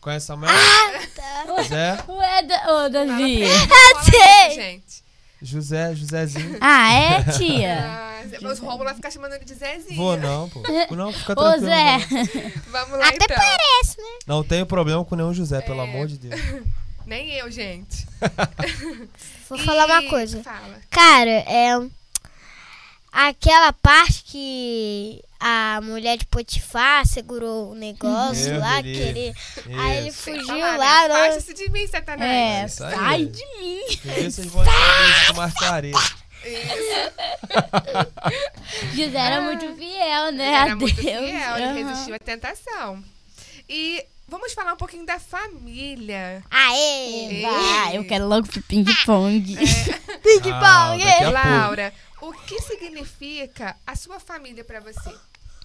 [SPEAKER 1] Conhece Samuel?
[SPEAKER 2] Ah, tá.
[SPEAKER 1] Zé.
[SPEAKER 4] Ué, da... ô, Davi.
[SPEAKER 3] Não rola
[SPEAKER 2] sei.
[SPEAKER 3] isso, gente.
[SPEAKER 1] José, Josézinho.
[SPEAKER 4] Ah, é, tia?
[SPEAKER 3] Ah, os Rômulo vai ficar chamando ele de Zezinho.
[SPEAKER 1] Vou né? não, pô. Não, fica
[SPEAKER 4] Ô,
[SPEAKER 1] Tá tranquilo. né?
[SPEAKER 4] Zé.
[SPEAKER 1] não.
[SPEAKER 3] Vamos lá,
[SPEAKER 2] Até
[SPEAKER 3] então.
[SPEAKER 2] parece, né?
[SPEAKER 3] É.
[SPEAKER 1] Não tenho problema com nenhum José, pelo amor de Deus.
[SPEAKER 3] Nem eu, gente.
[SPEAKER 2] Vou falar uma
[SPEAKER 3] E-
[SPEAKER 2] coisa.
[SPEAKER 3] Fala.
[SPEAKER 2] Cara, é. Aquela parte que a mulher de Potifar segurou o negócio
[SPEAKER 1] Meu
[SPEAKER 2] lá,
[SPEAKER 1] Deus.
[SPEAKER 2] que ele. Aí ele
[SPEAKER 1] Isso.
[SPEAKER 2] fugiu
[SPEAKER 3] Fala,
[SPEAKER 2] lá,
[SPEAKER 3] né?
[SPEAKER 2] né?
[SPEAKER 3] Afasta-se de mim, Satanás.
[SPEAKER 4] É,
[SPEAKER 1] isso aí.
[SPEAKER 4] sai de mim.
[SPEAKER 1] Um dia vocês vão entender isso com mais clareza.
[SPEAKER 3] Isso.
[SPEAKER 4] José era muito fiel, né?
[SPEAKER 3] Ele Ah. era
[SPEAKER 4] a
[SPEAKER 3] muito
[SPEAKER 4] Deus.
[SPEAKER 3] fiel, ele
[SPEAKER 4] Aham.
[SPEAKER 3] resistiu à tentação. E vamos falar um pouquinho da família.
[SPEAKER 2] Aê!
[SPEAKER 4] Vai, eu quero logo pro ping-pong.
[SPEAKER 3] É.
[SPEAKER 2] Big
[SPEAKER 1] Ah,
[SPEAKER 2] Bang!
[SPEAKER 1] daqui a pouco.
[SPEAKER 3] Laura, o que significa a sua família pra você?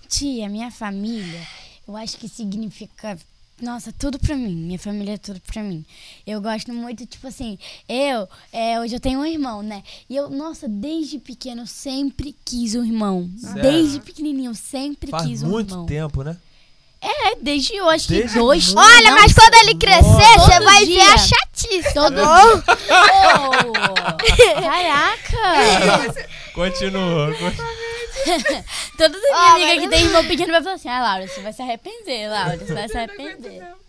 [SPEAKER 4] Tia, minha família, eu acho que significa. Nossa, tudo pra mim. Minha família é tudo pra mim. Eu gosto muito, tipo assim, eu, é, hoje eu tenho um irmão, né? E eu, nossa, desde pequeno eu sempre quis um irmão.
[SPEAKER 1] Sério?
[SPEAKER 4] Desde pequenininho eu sempre
[SPEAKER 1] Faz
[SPEAKER 4] quis um
[SPEAKER 1] muito
[SPEAKER 4] irmão.
[SPEAKER 1] tempo, né?
[SPEAKER 4] É, desde eu acho que
[SPEAKER 1] Desde
[SPEAKER 4] dois.
[SPEAKER 1] muito
[SPEAKER 2] Olha, mas quando ele crescer,
[SPEAKER 4] Todo
[SPEAKER 2] você vai ver
[SPEAKER 4] dia.
[SPEAKER 2] a chatice, tá
[SPEAKER 4] Todo
[SPEAKER 2] bom?
[SPEAKER 4] Oh, caraca!
[SPEAKER 1] Continua.
[SPEAKER 4] Toda
[SPEAKER 2] Ah,
[SPEAKER 4] minha amiga
[SPEAKER 2] mas-
[SPEAKER 4] que tem irmão pequeno vai falar assim: ah, Laura, você vai se arrepender, Laura, você vai se
[SPEAKER 3] Eu não aguento,
[SPEAKER 4] arrepender.
[SPEAKER 3] não.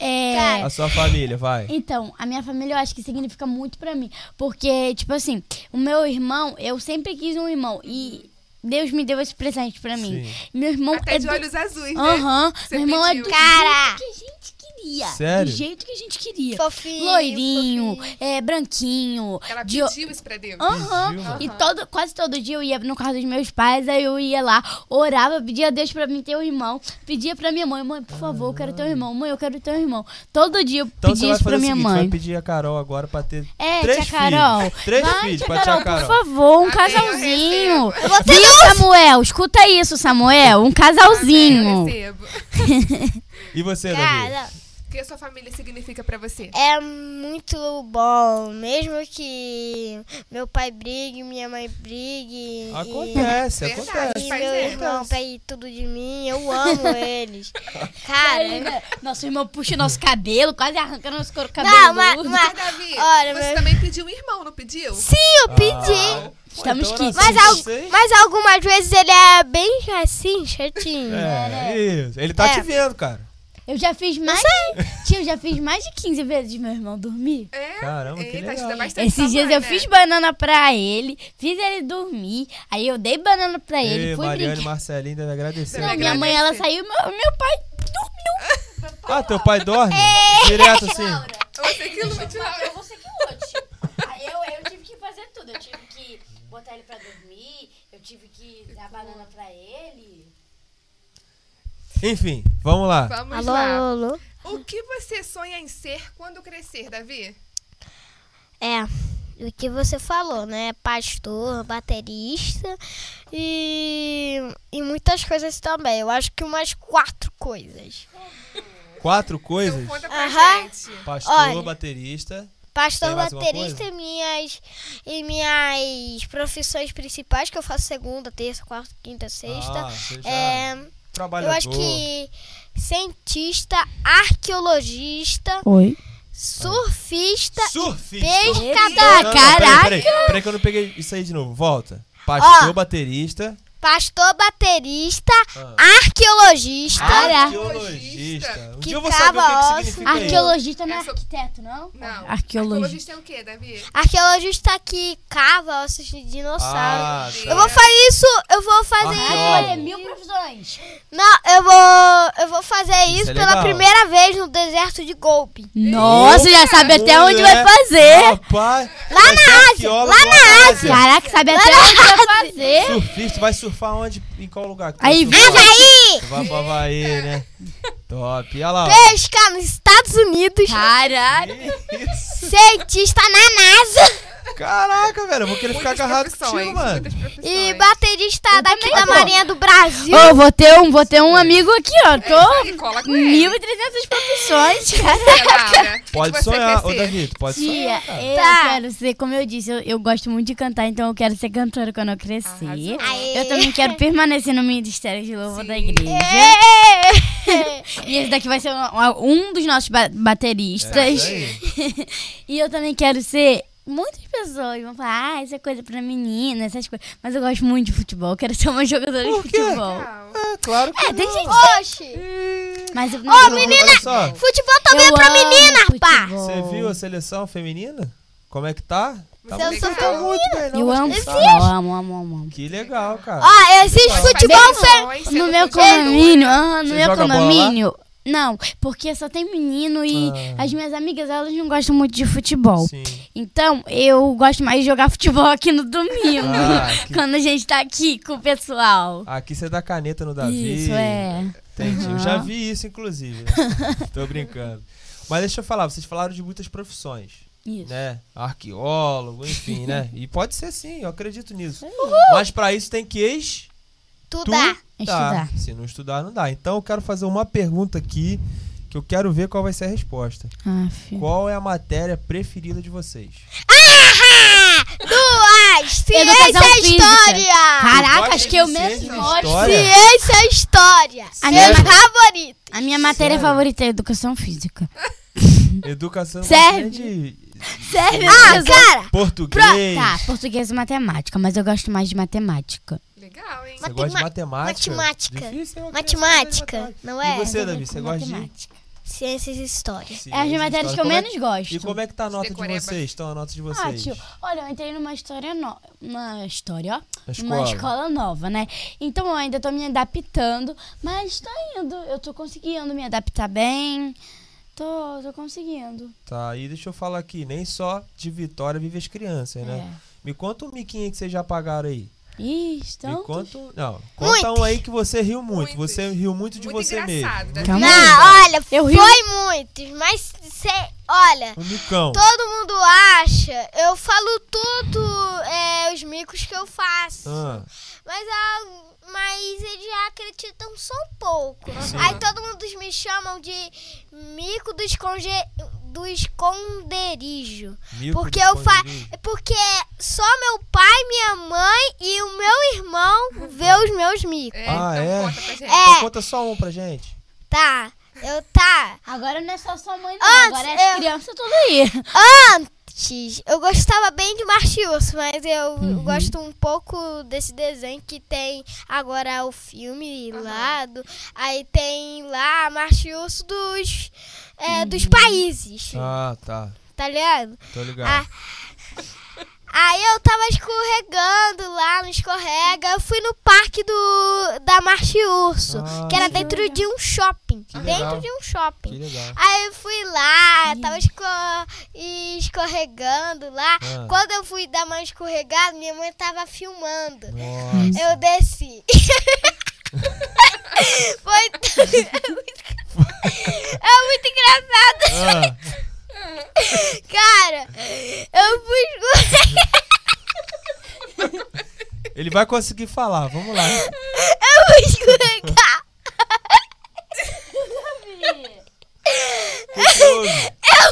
[SPEAKER 4] É.
[SPEAKER 1] A sua família, vai.
[SPEAKER 4] Então, a minha família eu acho que significa muito pra mim. Porque, tipo assim, o meu irmão, eu sempre quis um irmão. E Deus me deu esse presente pra mim.
[SPEAKER 1] Sim.
[SPEAKER 4] Meu irmão
[SPEAKER 3] Até
[SPEAKER 4] é
[SPEAKER 3] de
[SPEAKER 4] do-
[SPEAKER 3] olhos azuis, né?
[SPEAKER 4] Aham.
[SPEAKER 3] Você
[SPEAKER 4] Meu irmão é
[SPEAKER 3] pediu.
[SPEAKER 4] do
[SPEAKER 2] Cara.
[SPEAKER 4] jeito que a gente queria.
[SPEAKER 1] Sério?
[SPEAKER 4] Do jeito que a gente queria.
[SPEAKER 2] Fofinho.
[SPEAKER 4] Loirinho,
[SPEAKER 2] fofinho.
[SPEAKER 4] é, branquinho.
[SPEAKER 3] Ela
[SPEAKER 4] de-
[SPEAKER 3] pediu isso pra Deus.
[SPEAKER 4] Aham.
[SPEAKER 1] Pediu,
[SPEAKER 4] E todo, quase todo dia eu ia no carro dos meus pais, aí eu ia lá, orava, pedia a Deus pra mim ter um irmão, pedia pra minha mãe, mãe, por favor, eu quero ter um irmão, mãe, eu quero ter um irmão. Todo dia eu
[SPEAKER 1] Então você
[SPEAKER 4] pedia
[SPEAKER 1] vai
[SPEAKER 4] isso
[SPEAKER 1] fazer
[SPEAKER 4] pra
[SPEAKER 1] o
[SPEAKER 4] minha
[SPEAKER 1] seguinte,
[SPEAKER 4] mãe.
[SPEAKER 1] vai pedir a Carol agora pra ter
[SPEAKER 4] É,
[SPEAKER 1] três
[SPEAKER 4] tia Carol.
[SPEAKER 1] filhos. Três
[SPEAKER 4] Vai,
[SPEAKER 1] filhos
[SPEAKER 4] tia
[SPEAKER 1] pra
[SPEAKER 4] Carol,
[SPEAKER 1] tia Carol.
[SPEAKER 4] por favor, um
[SPEAKER 3] Amém, eu
[SPEAKER 4] casalzinho.
[SPEAKER 3] recebo.
[SPEAKER 4] Viu, Samuel? Escuta isso, Samuel. Um
[SPEAKER 3] Eu
[SPEAKER 4] casalzinho.
[SPEAKER 3] recebo.
[SPEAKER 1] E você, Davi?
[SPEAKER 2] Cara,
[SPEAKER 3] O que a sua família significa pra você?
[SPEAKER 2] é muito bom. Mesmo que meu pai brigue, minha mãe brigue. e-
[SPEAKER 1] Acontece,
[SPEAKER 3] Verdade.
[SPEAKER 1] acontece.
[SPEAKER 2] E
[SPEAKER 3] Pois
[SPEAKER 2] meu
[SPEAKER 3] é.
[SPEAKER 2] irmão pegue tudo de mim, eu amo eles.
[SPEAKER 4] Aí,
[SPEAKER 2] Cara,
[SPEAKER 4] né, Nosso irmão puxa nosso cabelo, quase arranca nosso couro cabelo.
[SPEAKER 2] Não, mas- mas-
[SPEAKER 4] É.
[SPEAKER 3] Mas, Davi,
[SPEAKER 2] olha,
[SPEAKER 3] você
[SPEAKER 2] meu-
[SPEAKER 3] também pediu um irmão, não pediu?
[SPEAKER 2] sim, eu pedi.
[SPEAKER 1] Ah, pô,
[SPEAKER 4] Estamos
[SPEAKER 1] então era
[SPEAKER 4] quites.
[SPEAKER 1] assim,
[SPEAKER 2] mas, al-
[SPEAKER 1] vocês-
[SPEAKER 2] mas algumas vezes ele é bem assim, chatinho.
[SPEAKER 1] É, isso. Ele tá
[SPEAKER 2] É.
[SPEAKER 1] te vendo, cara.
[SPEAKER 4] Eu já fiz mais. Tia, eu já fiz mais de 15 vezes meu irmão dormir.
[SPEAKER 3] É?
[SPEAKER 1] Caramba, que
[SPEAKER 3] Eita,
[SPEAKER 1] legal.
[SPEAKER 3] ajuda bastante
[SPEAKER 4] Esses
[SPEAKER 3] sua
[SPEAKER 4] dias
[SPEAKER 3] mãe,
[SPEAKER 4] eu
[SPEAKER 3] né?
[SPEAKER 4] fiz banana pra ele, fiz ele dormir, aí eu dei banana pra É, ele,
[SPEAKER 1] Ei,
[SPEAKER 4] fui
[SPEAKER 1] Mariana e
[SPEAKER 4] brincar.
[SPEAKER 1] Marcelinho devem agradecer.
[SPEAKER 4] Não,
[SPEAKER 3] Deve
[SPEAKER 4] minha mãe, ela
[SPEAKER 3] agradecer.
[SPEAKER 4] saiu, meu, meu pai dormiu.
[SPEAKER 1] Ah, teu pai dorme?
[SPEAKER 4] É.
[SPEAKER 1] Direto assim.
[SPEAKER 3] Você que lute, Laura.
[SPEAKER 4] você que lute. Aí Ah, eu, eu tive que fazer tudo. Eu tive que botar ele pra dormir, eu tive que dar banana pra ele.
[SPEAKER 1] Enfim, vamos lá.
[SPEAKER 3] Vamos
[SPEAKER 2] Alô,
[SPEAKER 3] lá.
[SPEAKER 2] alô, alô.
[SPEAKER 3] O que você sonha em ser quando crescer, Davi?
[SPEAKER 2] É, o que você falou, né? Pastor, baterista e, e muitas coisas também. Eu acho que umas quatro coisas.
[SPEAKER 1] Quatro coisas.
[SPEAKER 3] Então conta pra
[SPEAKER 2] Aham.
[SPEAKER 3] gente.
[SPEAKER 1] Pastor,
[SPEAKER 2] Olha.
[SPEAKER 1] baterista.
[SPEAKER 2] Pastor,
[SPEAKER 1] Tem mais alguma
[SPEAKER 2] baterista e
[SPEAKER 1] coisa?
[SPEAKER 2] minhas, e minhas profissões principais, que eu faço segunda, terça, quarta, quinta, sexta.
[SPEAKER 1] Ah, você já
[SPEAKER 2] é, eu
[SPEAKER 1] trabalhador.
[SPEAKER 2] acho que cientista, arqueologista,
[SPEAKER 4] Oi.
[SPEAKER 2] surfista,
[SPEAKER 1] Surfista.
[SPEAKER 2] pescador.
[SPEAKER 1] Não, não, não, Peraí, peraí, peraí que eu não peguei isso aí de novo. Volta. Pastor,
[SPEAKER 2] Ó.
[SPEAKER 1] baterista.
[SPEAKER 2] pastor, baterista,
[SPEAKER 1] Ah.
[SPEAKER 2] arqueologista.
[SPEAKER 4] Cara.
[SPEAKER 1] Arqueologista. Um
[SPEAKER 2] Que
[SPEAKER 1] dia eu vou saber o que,
[SPEAKER 2] cava
[SPEAKER 1] que significa isso.
[SPEAKER 4] Arqueologista não é
[SPEAKER 3] Essa-
[SPEAKER 4] arquiteto, não?
[SPEAKER 3] Não.
[SPEAKER 4] Arqueologista.
[SPEAKER 3] Arqueologista é o quê, Davi?
[SPEAKER 2] Arqueologista que tá cava ossos de dinossauro.
[SPEAKER 1] Ah,
[SPEAKER 2] eu
[SPEAKER 1] tá.
[SPEAKER 2] vou fazer isso, eu vou fazer.
[SPEAKER 1] Arqueólogo.
[SPEAKER 4] é mil profissões.
[SPEAKER 2] Não, eu vou. Eu vou fazer isso,
[SPEAKER 1] é
[SPEAKER 2] pela
[SPEAKER 1] legal.
[SPEAKER 2] primeira vez no deserto de Golpe.
[SPEAKER 4] Nossa, já sabe até onde vai
[SPEAKER 1] Mulher.
[SPEAKER 4] fazer.
[SPEAKER 1] Né? Rapaz, lá na Ásia. Lá na
[SPEAKER 4] Caraca, sabe até onde vai fazer.
[SPEAKER 1] Surfista, vai surfar onde? Em qual lugar? que tu
[SPEAKER 4] Aí,
[SPEAKER 1] vai surfar?
[SPEAKER 2] Aí!
[SPEAKER 1] Tu Vai pro Havaí, né? Top. Olha lá. ó.
[SPEAKER 2] Pesca nos Estados Unidos.
[SPEAKER 4] Caraca.
[SPEAKER 1] Isso.
[SPEAKER 2] Cientista na NASA.
[SPEAKER 1] Caraca, velho. Eu vou querer ficar
[SPEAKER 3] Muitas
[SPEAKER 1] agarrado
[SPEAKER 3] profissões,
[SPEAKER 1] contigo, mano.
[SPEAKER 3] muitas profissões.
[SPEAKER 2] E baterista daqui da
[SPEAKER 4] tô.
[SPEAKER 2] Marinha do Brasil.
[SPEAKER 4] Ô, vou ter um, vou ter um amigo aqui, ó.
[SPEAKER 3] isso aí,
[SPEAKER 4] Tô
[SPEAKER 3] cola com ele.
[SPEAKER 4] 1.300 profissões, cara.
[SPEAKER 3] É, Laura, o que
[SPEAKER 1] Pode
[SPEAKER 3] você
[SPEAKER 1] sonhar,
[SPEAKER 3] quer
[SPEAKER 1] ô
[SPEAKER 3] ser?
[SPEAKER 1] Davi, tu pode
[SPEAKER 4] Tia,
[SPEAKER 1] sonhar. cara.
[SPEAKER 4] eu
[SPEAKER 2] Tá.
[SPEAKER 4] quero ser, como eu disse, eu, eu gosto muito de cantar, então eu quero ser cantora quando eu crescer.
[SPEAKER 3] Arrasou.
[SPEAKER 2] Aê.
[SPEAKER 4] Eu também quero permanecer no Ministério de Louvor
[SPEAKER 3] Sim.
[SPEAKER 4] da Igreja. E esse daqui vai ser um, um dos nossos ba-
[SPEAKER 1] É
[SPEAKER 4] bateristas.
[SPEAKER 1] isso aí.
[SPEAKER 4] E eu também quero ser. Muitas pessoas vão falar, ah, isso é coisa pra menina, essas coisas. Mas eu gosto muito de futebol, eu quero ser uma jogadora
[SPEAKER 1] Por
[SPEAKER 4] de
[SPEAKER 1] quê?
[SPEAKER 4] futebol.
[SPEAKER 3] Legal.
[SPEAKER 1] É, claro que
[SPEAKER 4] É, tem
[SPEAKER 1] não.
[SPEAKER 4] gente-
[SPEAKER 2] Oxi!
[SPEAKER 4] Mas eu
[SPEAKER 2] Ô,
[SPEAKER 4] não-
[SPEAKER 2] menina!
[SPEAKER 1] Olha só,
[SPEAKER 2] Futebol também é
[SPEAKER 4] Eu
[SPEAKER 2] pra
[SPEAKER 4] amo
[SPEAKER 2] menina, rapaz!
[SPEAKER 4] futebol.
[SPEAKER 1] você viu a seleção feminina? Como é que tá? Tá
[SPEAKER 2] Eu
[SPEAKER 1] muito-
[SPEAKER 2] sou
[SPEAKER 1] tá muito bem, não,
[SPEAKER 4] Eu
[SPEAKER 1] mas
[SPEAKER 4] amo
[SPEAKER 1] que
[SPEAKER 4] futebol,
[SPEAKER 1] legal.
[SPEAKER 4] amo, amo, amo.
[SPEAKER 1] Que legal, cara.
[SPEAKER 2] Ó, existe futebol feminino.
[SPEAKER 4] No meu condomínio, ah, no
[SPEAKER 1] Você
[SPEAKER 4] meu
[SPEAKER 1] joga bola lá?
[SPEAKER 4] condomínio. Não, porque só tem menino e
[SPEAKER 1] Ah.
[SPEAKER 4] as minhas amigas, elas não gostam muito de futebol.
[SPEAKER 1] Sim.
[SPEAKER 4] Então, eu gosto mais de jogar futebol aqui no domingo.
[SPEAKER 1] Ah, que-
[SPEAKER 4] Quando a gente tá aqui com o pessoal.
[SPEAKER 1] Aqui você dá caneta no Davi.
[SPEAKER 4] Isso, é.
[SPEAKER 1] Entendi. Eu
[SPEAKER 4] Aham.
[SPEAKER 1] já vi isso, inclusive. Tô brincando. Mas deixa eu falar, vocês falaram de muitas profissões.
[SPEAKER 4] Isso.
[SPEAKER 1] né? Arqueólogo, enfim, né? E pode ser sim, eu acredito nisso. Mas pra isso tem que ex
[SPEAKER 2] Tudo. é.
[SPEAKER 1] Tá.
[SPEAKER 4] Estudar.
[SPEAKER 1] Se não estudar, não dá. Então eu quero fazer uma pergunta aqui que eu quero ver qual vai ser a resposta.
[SPEAKER 4] Ah, filho.
[SPEAKER 1] Qual é a matéria preferida de vocês?
[SPEAKER 2] Duas! Ciência
[SPEAKER 4] Educação
[SPEAKER 2] é
[SPEAKER 4] física.
[SPEAKER 2] história!
[SPEAKER 4] Caraca,
[SPEAKER 1] Pode
[SPEAKER 4] acho que eu
[SPEAKER 1] ser
[SPEAKER 4] mesmo
[SPEAKER 1] de
[SPEAKER 4] gosto.
[SPEAKER 1] história?
[SPEAKER 2] Ciência é história!
[SPEAKER 4] A
[SPEAKER 2] Meu
[SPEAKER 4] minha-
[SPEAKER 2] favorito!
[SPEAKER 4] A minha matéria
[SPEAKER 1] Sério?
[SPEAKER 4] favorita é educação física.
[SPEAKER 1] Educação
[SPEAKER 4] Serve.
[SPEAKER 1] de
[SPEAKER 4] Sério?
[SPEAKER 2] Ah, cara!
[SPEAKER 1] português.
[SPEAKER 4] Tá, português e matemática, mas eu gosto mais de matemática.
[SPEAKER 3] Legal, hein?
[SPEAKER 1] Você gosta de
[SPEAKER 2] Matema-
[SPEAKER 1] matemática?
[SPEAKER 2] matemática.
[SPEAKER 1] Difícil, eu acredito,
[SPEAKER 2] Matemática,
[SPEAKER 1] mas
[SPEAKER 2] não
[SPEAKER 1] E
[SPEAKER 2] é?
[SPEAKER 1] você,
[SPEAKER 4] Eu
[SPEAKER 1] Davi,
[SPEAKER 4] gosto
[SPEAKER 1] você
[SPEAKER 4] de
[SPEAKER 1] gosta de
[SPEAKER 4] matemática.
[SPEAKER 2] Ciências e história.
[SPEAKER 1] Sim,
[SPEAKER 4] É as
[SPEAKER 1] de
[SPEAKER 4] matérias
[SPEAKER 1] história.
[SPEAKER 4] que eu
[SPEAKER 1] Como é
[SPEAKER 4] menos gosto.
[SPEAKER 1] E como é que tá a nota de
[SPEAKER 3] Decoreba.
[SPEAKER 1] vocês? Estão a nota de vocês?
[SPEAKER 4] Ah, tio, olha, eu entrei numa história nova. Uma história, ó.
[SPEAKER 1] Na
[SPEAKER 4] Uma
[SPEAKER 1] escola.
[SPEAKER 4] escola nova, né? Então eu ainda tô me adaptando, mas tá indo. Eu tô conseguindo me adaptar bem. Tô, tô conseguindo.
[SPEAKER 1] Tá, e deixa eu falar aqui, nem só de Vitória vive as crianças, né? Me conta um miquinho aí que vocês já pagaram aí.
[SPEAKER 4] É. Ih, estão.
[SPEAKER 1] Me conta um. Não, conta um aí que você riu muito.
[SPEAKER 3] Muitos.
[SPEAKER 1] Você riu muito de
[SPEAKER 3] Muito
[SPEAKER 1] você
[SPEAKER 3] engraçado,
[SPEAKER 1] mesmo.
[SPEAKER 3] né?
[SPEAKER 4] Calma
[SPEAKER 2] Não, olha,
[SPEAKER 4] Eu rio-
[SPEAKER 2] foi muitos, mas cê, olha,
[SPEAKER 1] Um micão.
[SPEAKER 2] todo mundo acha, eu falo tudo, é, os micos que eu faço.
[SPEAKER 1] Ah,
[SPEAKER 2] Mas, a- mas eles acreditam só um pouco.
[SPEAKER 1] Sim.
[SPEAKER 2] Aí todo mundo me chamam de mico do, esconde, do esconderijo.
[SPEAKER 1] mico
[SPEAKER 2] Porque
[SPEAKER 1] de
[SPEAKER 2] eu fa
[SPEAKER 1] esconderijo.
[SPEAKER 2] porque só meu pai, minha mãe e o meu irmão vê os meus micos.
[SPEAKER 3] É,
[SPEAKER 1] Ah,
[SPEAKER 3] então
[SPEAKER 1] é? Então
[SPEAKER 3] conta pra gente.
[SPEAKER 2] É.
[SPEAKER 1] conta só um pra gente.
[SPEAKER 2] Tá. Eu tá.
[SPEAKER 4] Agora não é só sua mãe, não.
[SPEAKER 2] Antes,
[SPEAKER 4] Agora é as
[SPEAKER 2] eu-
[SPEAKER 4] crianças tudo aí.
[SPEAKER 2] Antes, eu gostava bem de Marte e Urso, mas eu
[SPEAKER 1] Uhum.
[SPEAKER 2] gosto um pouco desse desenho que tem agora o filme
[SPEAKER 3] Aham.
[SPEAKER 2] lá. do- aí tem lá Marte e Urso dos, é, dos países,
[SPEAKER 1] Uhum. Ah, tá.
[SPEAKER 2] tá ligado?
[SPEAKER 1] Tô ligado.
[SPEAKER 2] Aí eu tava escorregando lá no escorrega. Eu fui no parque do da Marte e Urso,
[SPEAKER 1] Ah,
[SPEAKER 2] que era
[SPEAKER 1] que
[SPEAKER 2] dentro de um shopping.
[SPEAKER 1] Que legal.
[SPEAKER 2] dentro de um shopping.
[SPEAKER 1] Que legal.
[SPEAKER 2] Aí eu fui lá, tava esco escorregando lá.
[SPEAKER 1] Ah.
[SPEAKER 2] Quando eu fui dar uma escorregada, minha mãe tava filmando.
[SPEAKER 1] Nossa.
[SPEAKER 2] Eu desci. Foi t- é muito- é muito
[SPEAKER 1] Ah,
[SPEAKER 2] engraçado. Cara, eu fui escorregar.
[SPEAKER 1] ele vai conseguir falar, vamos lá.
[SPEAKER 2] Eu fui escorregar.
[SPEAKER 1] Curioso.
[SPEAKER 2] Eu,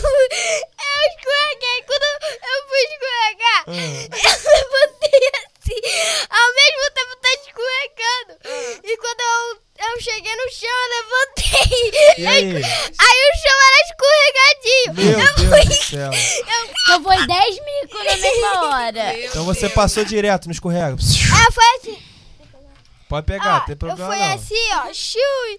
[SPEAKER 2] eu escorreguei. Quando eu fui escorregar,
[SPEAKER 1] Ah.
[SPEAKER 2] eu levantei assim. Ao mesmo tempo tá escorregando.
[SPEAKER 1] Ah.
[SPEAKER 2] E quando eu, eu cheguei no chão, eu levantei.
[SPEAKER 1] E aí?
[SPEAKER 2] Aí o chão era escorregadinho.
[SPEAKER 1] Meu
[SPEAKER 2] eu
[SPEAKER 1] Deus do céu.
[SPEAKER 4] Então foi 10 micos na mesma hora.
[SPEAKER 3] Meu
[SPEAKER 1] Então você
[SPEAKER 3] Deus.
[SPEAKER 1] passou direto no escorrega.
[SPEAKER 2] Ah, foi assim.
[SPEAKER 1] Pode pegar,
[SPEAKER 2] ó,
[SPEAKER 1] tem
[SPEAKER 2] eu
[SPEAKER 1] problema
[SPEAKER 2] fui
[SPEAKER 1] Ah, não.
[SPEAKER 2] assim, ó. Chui.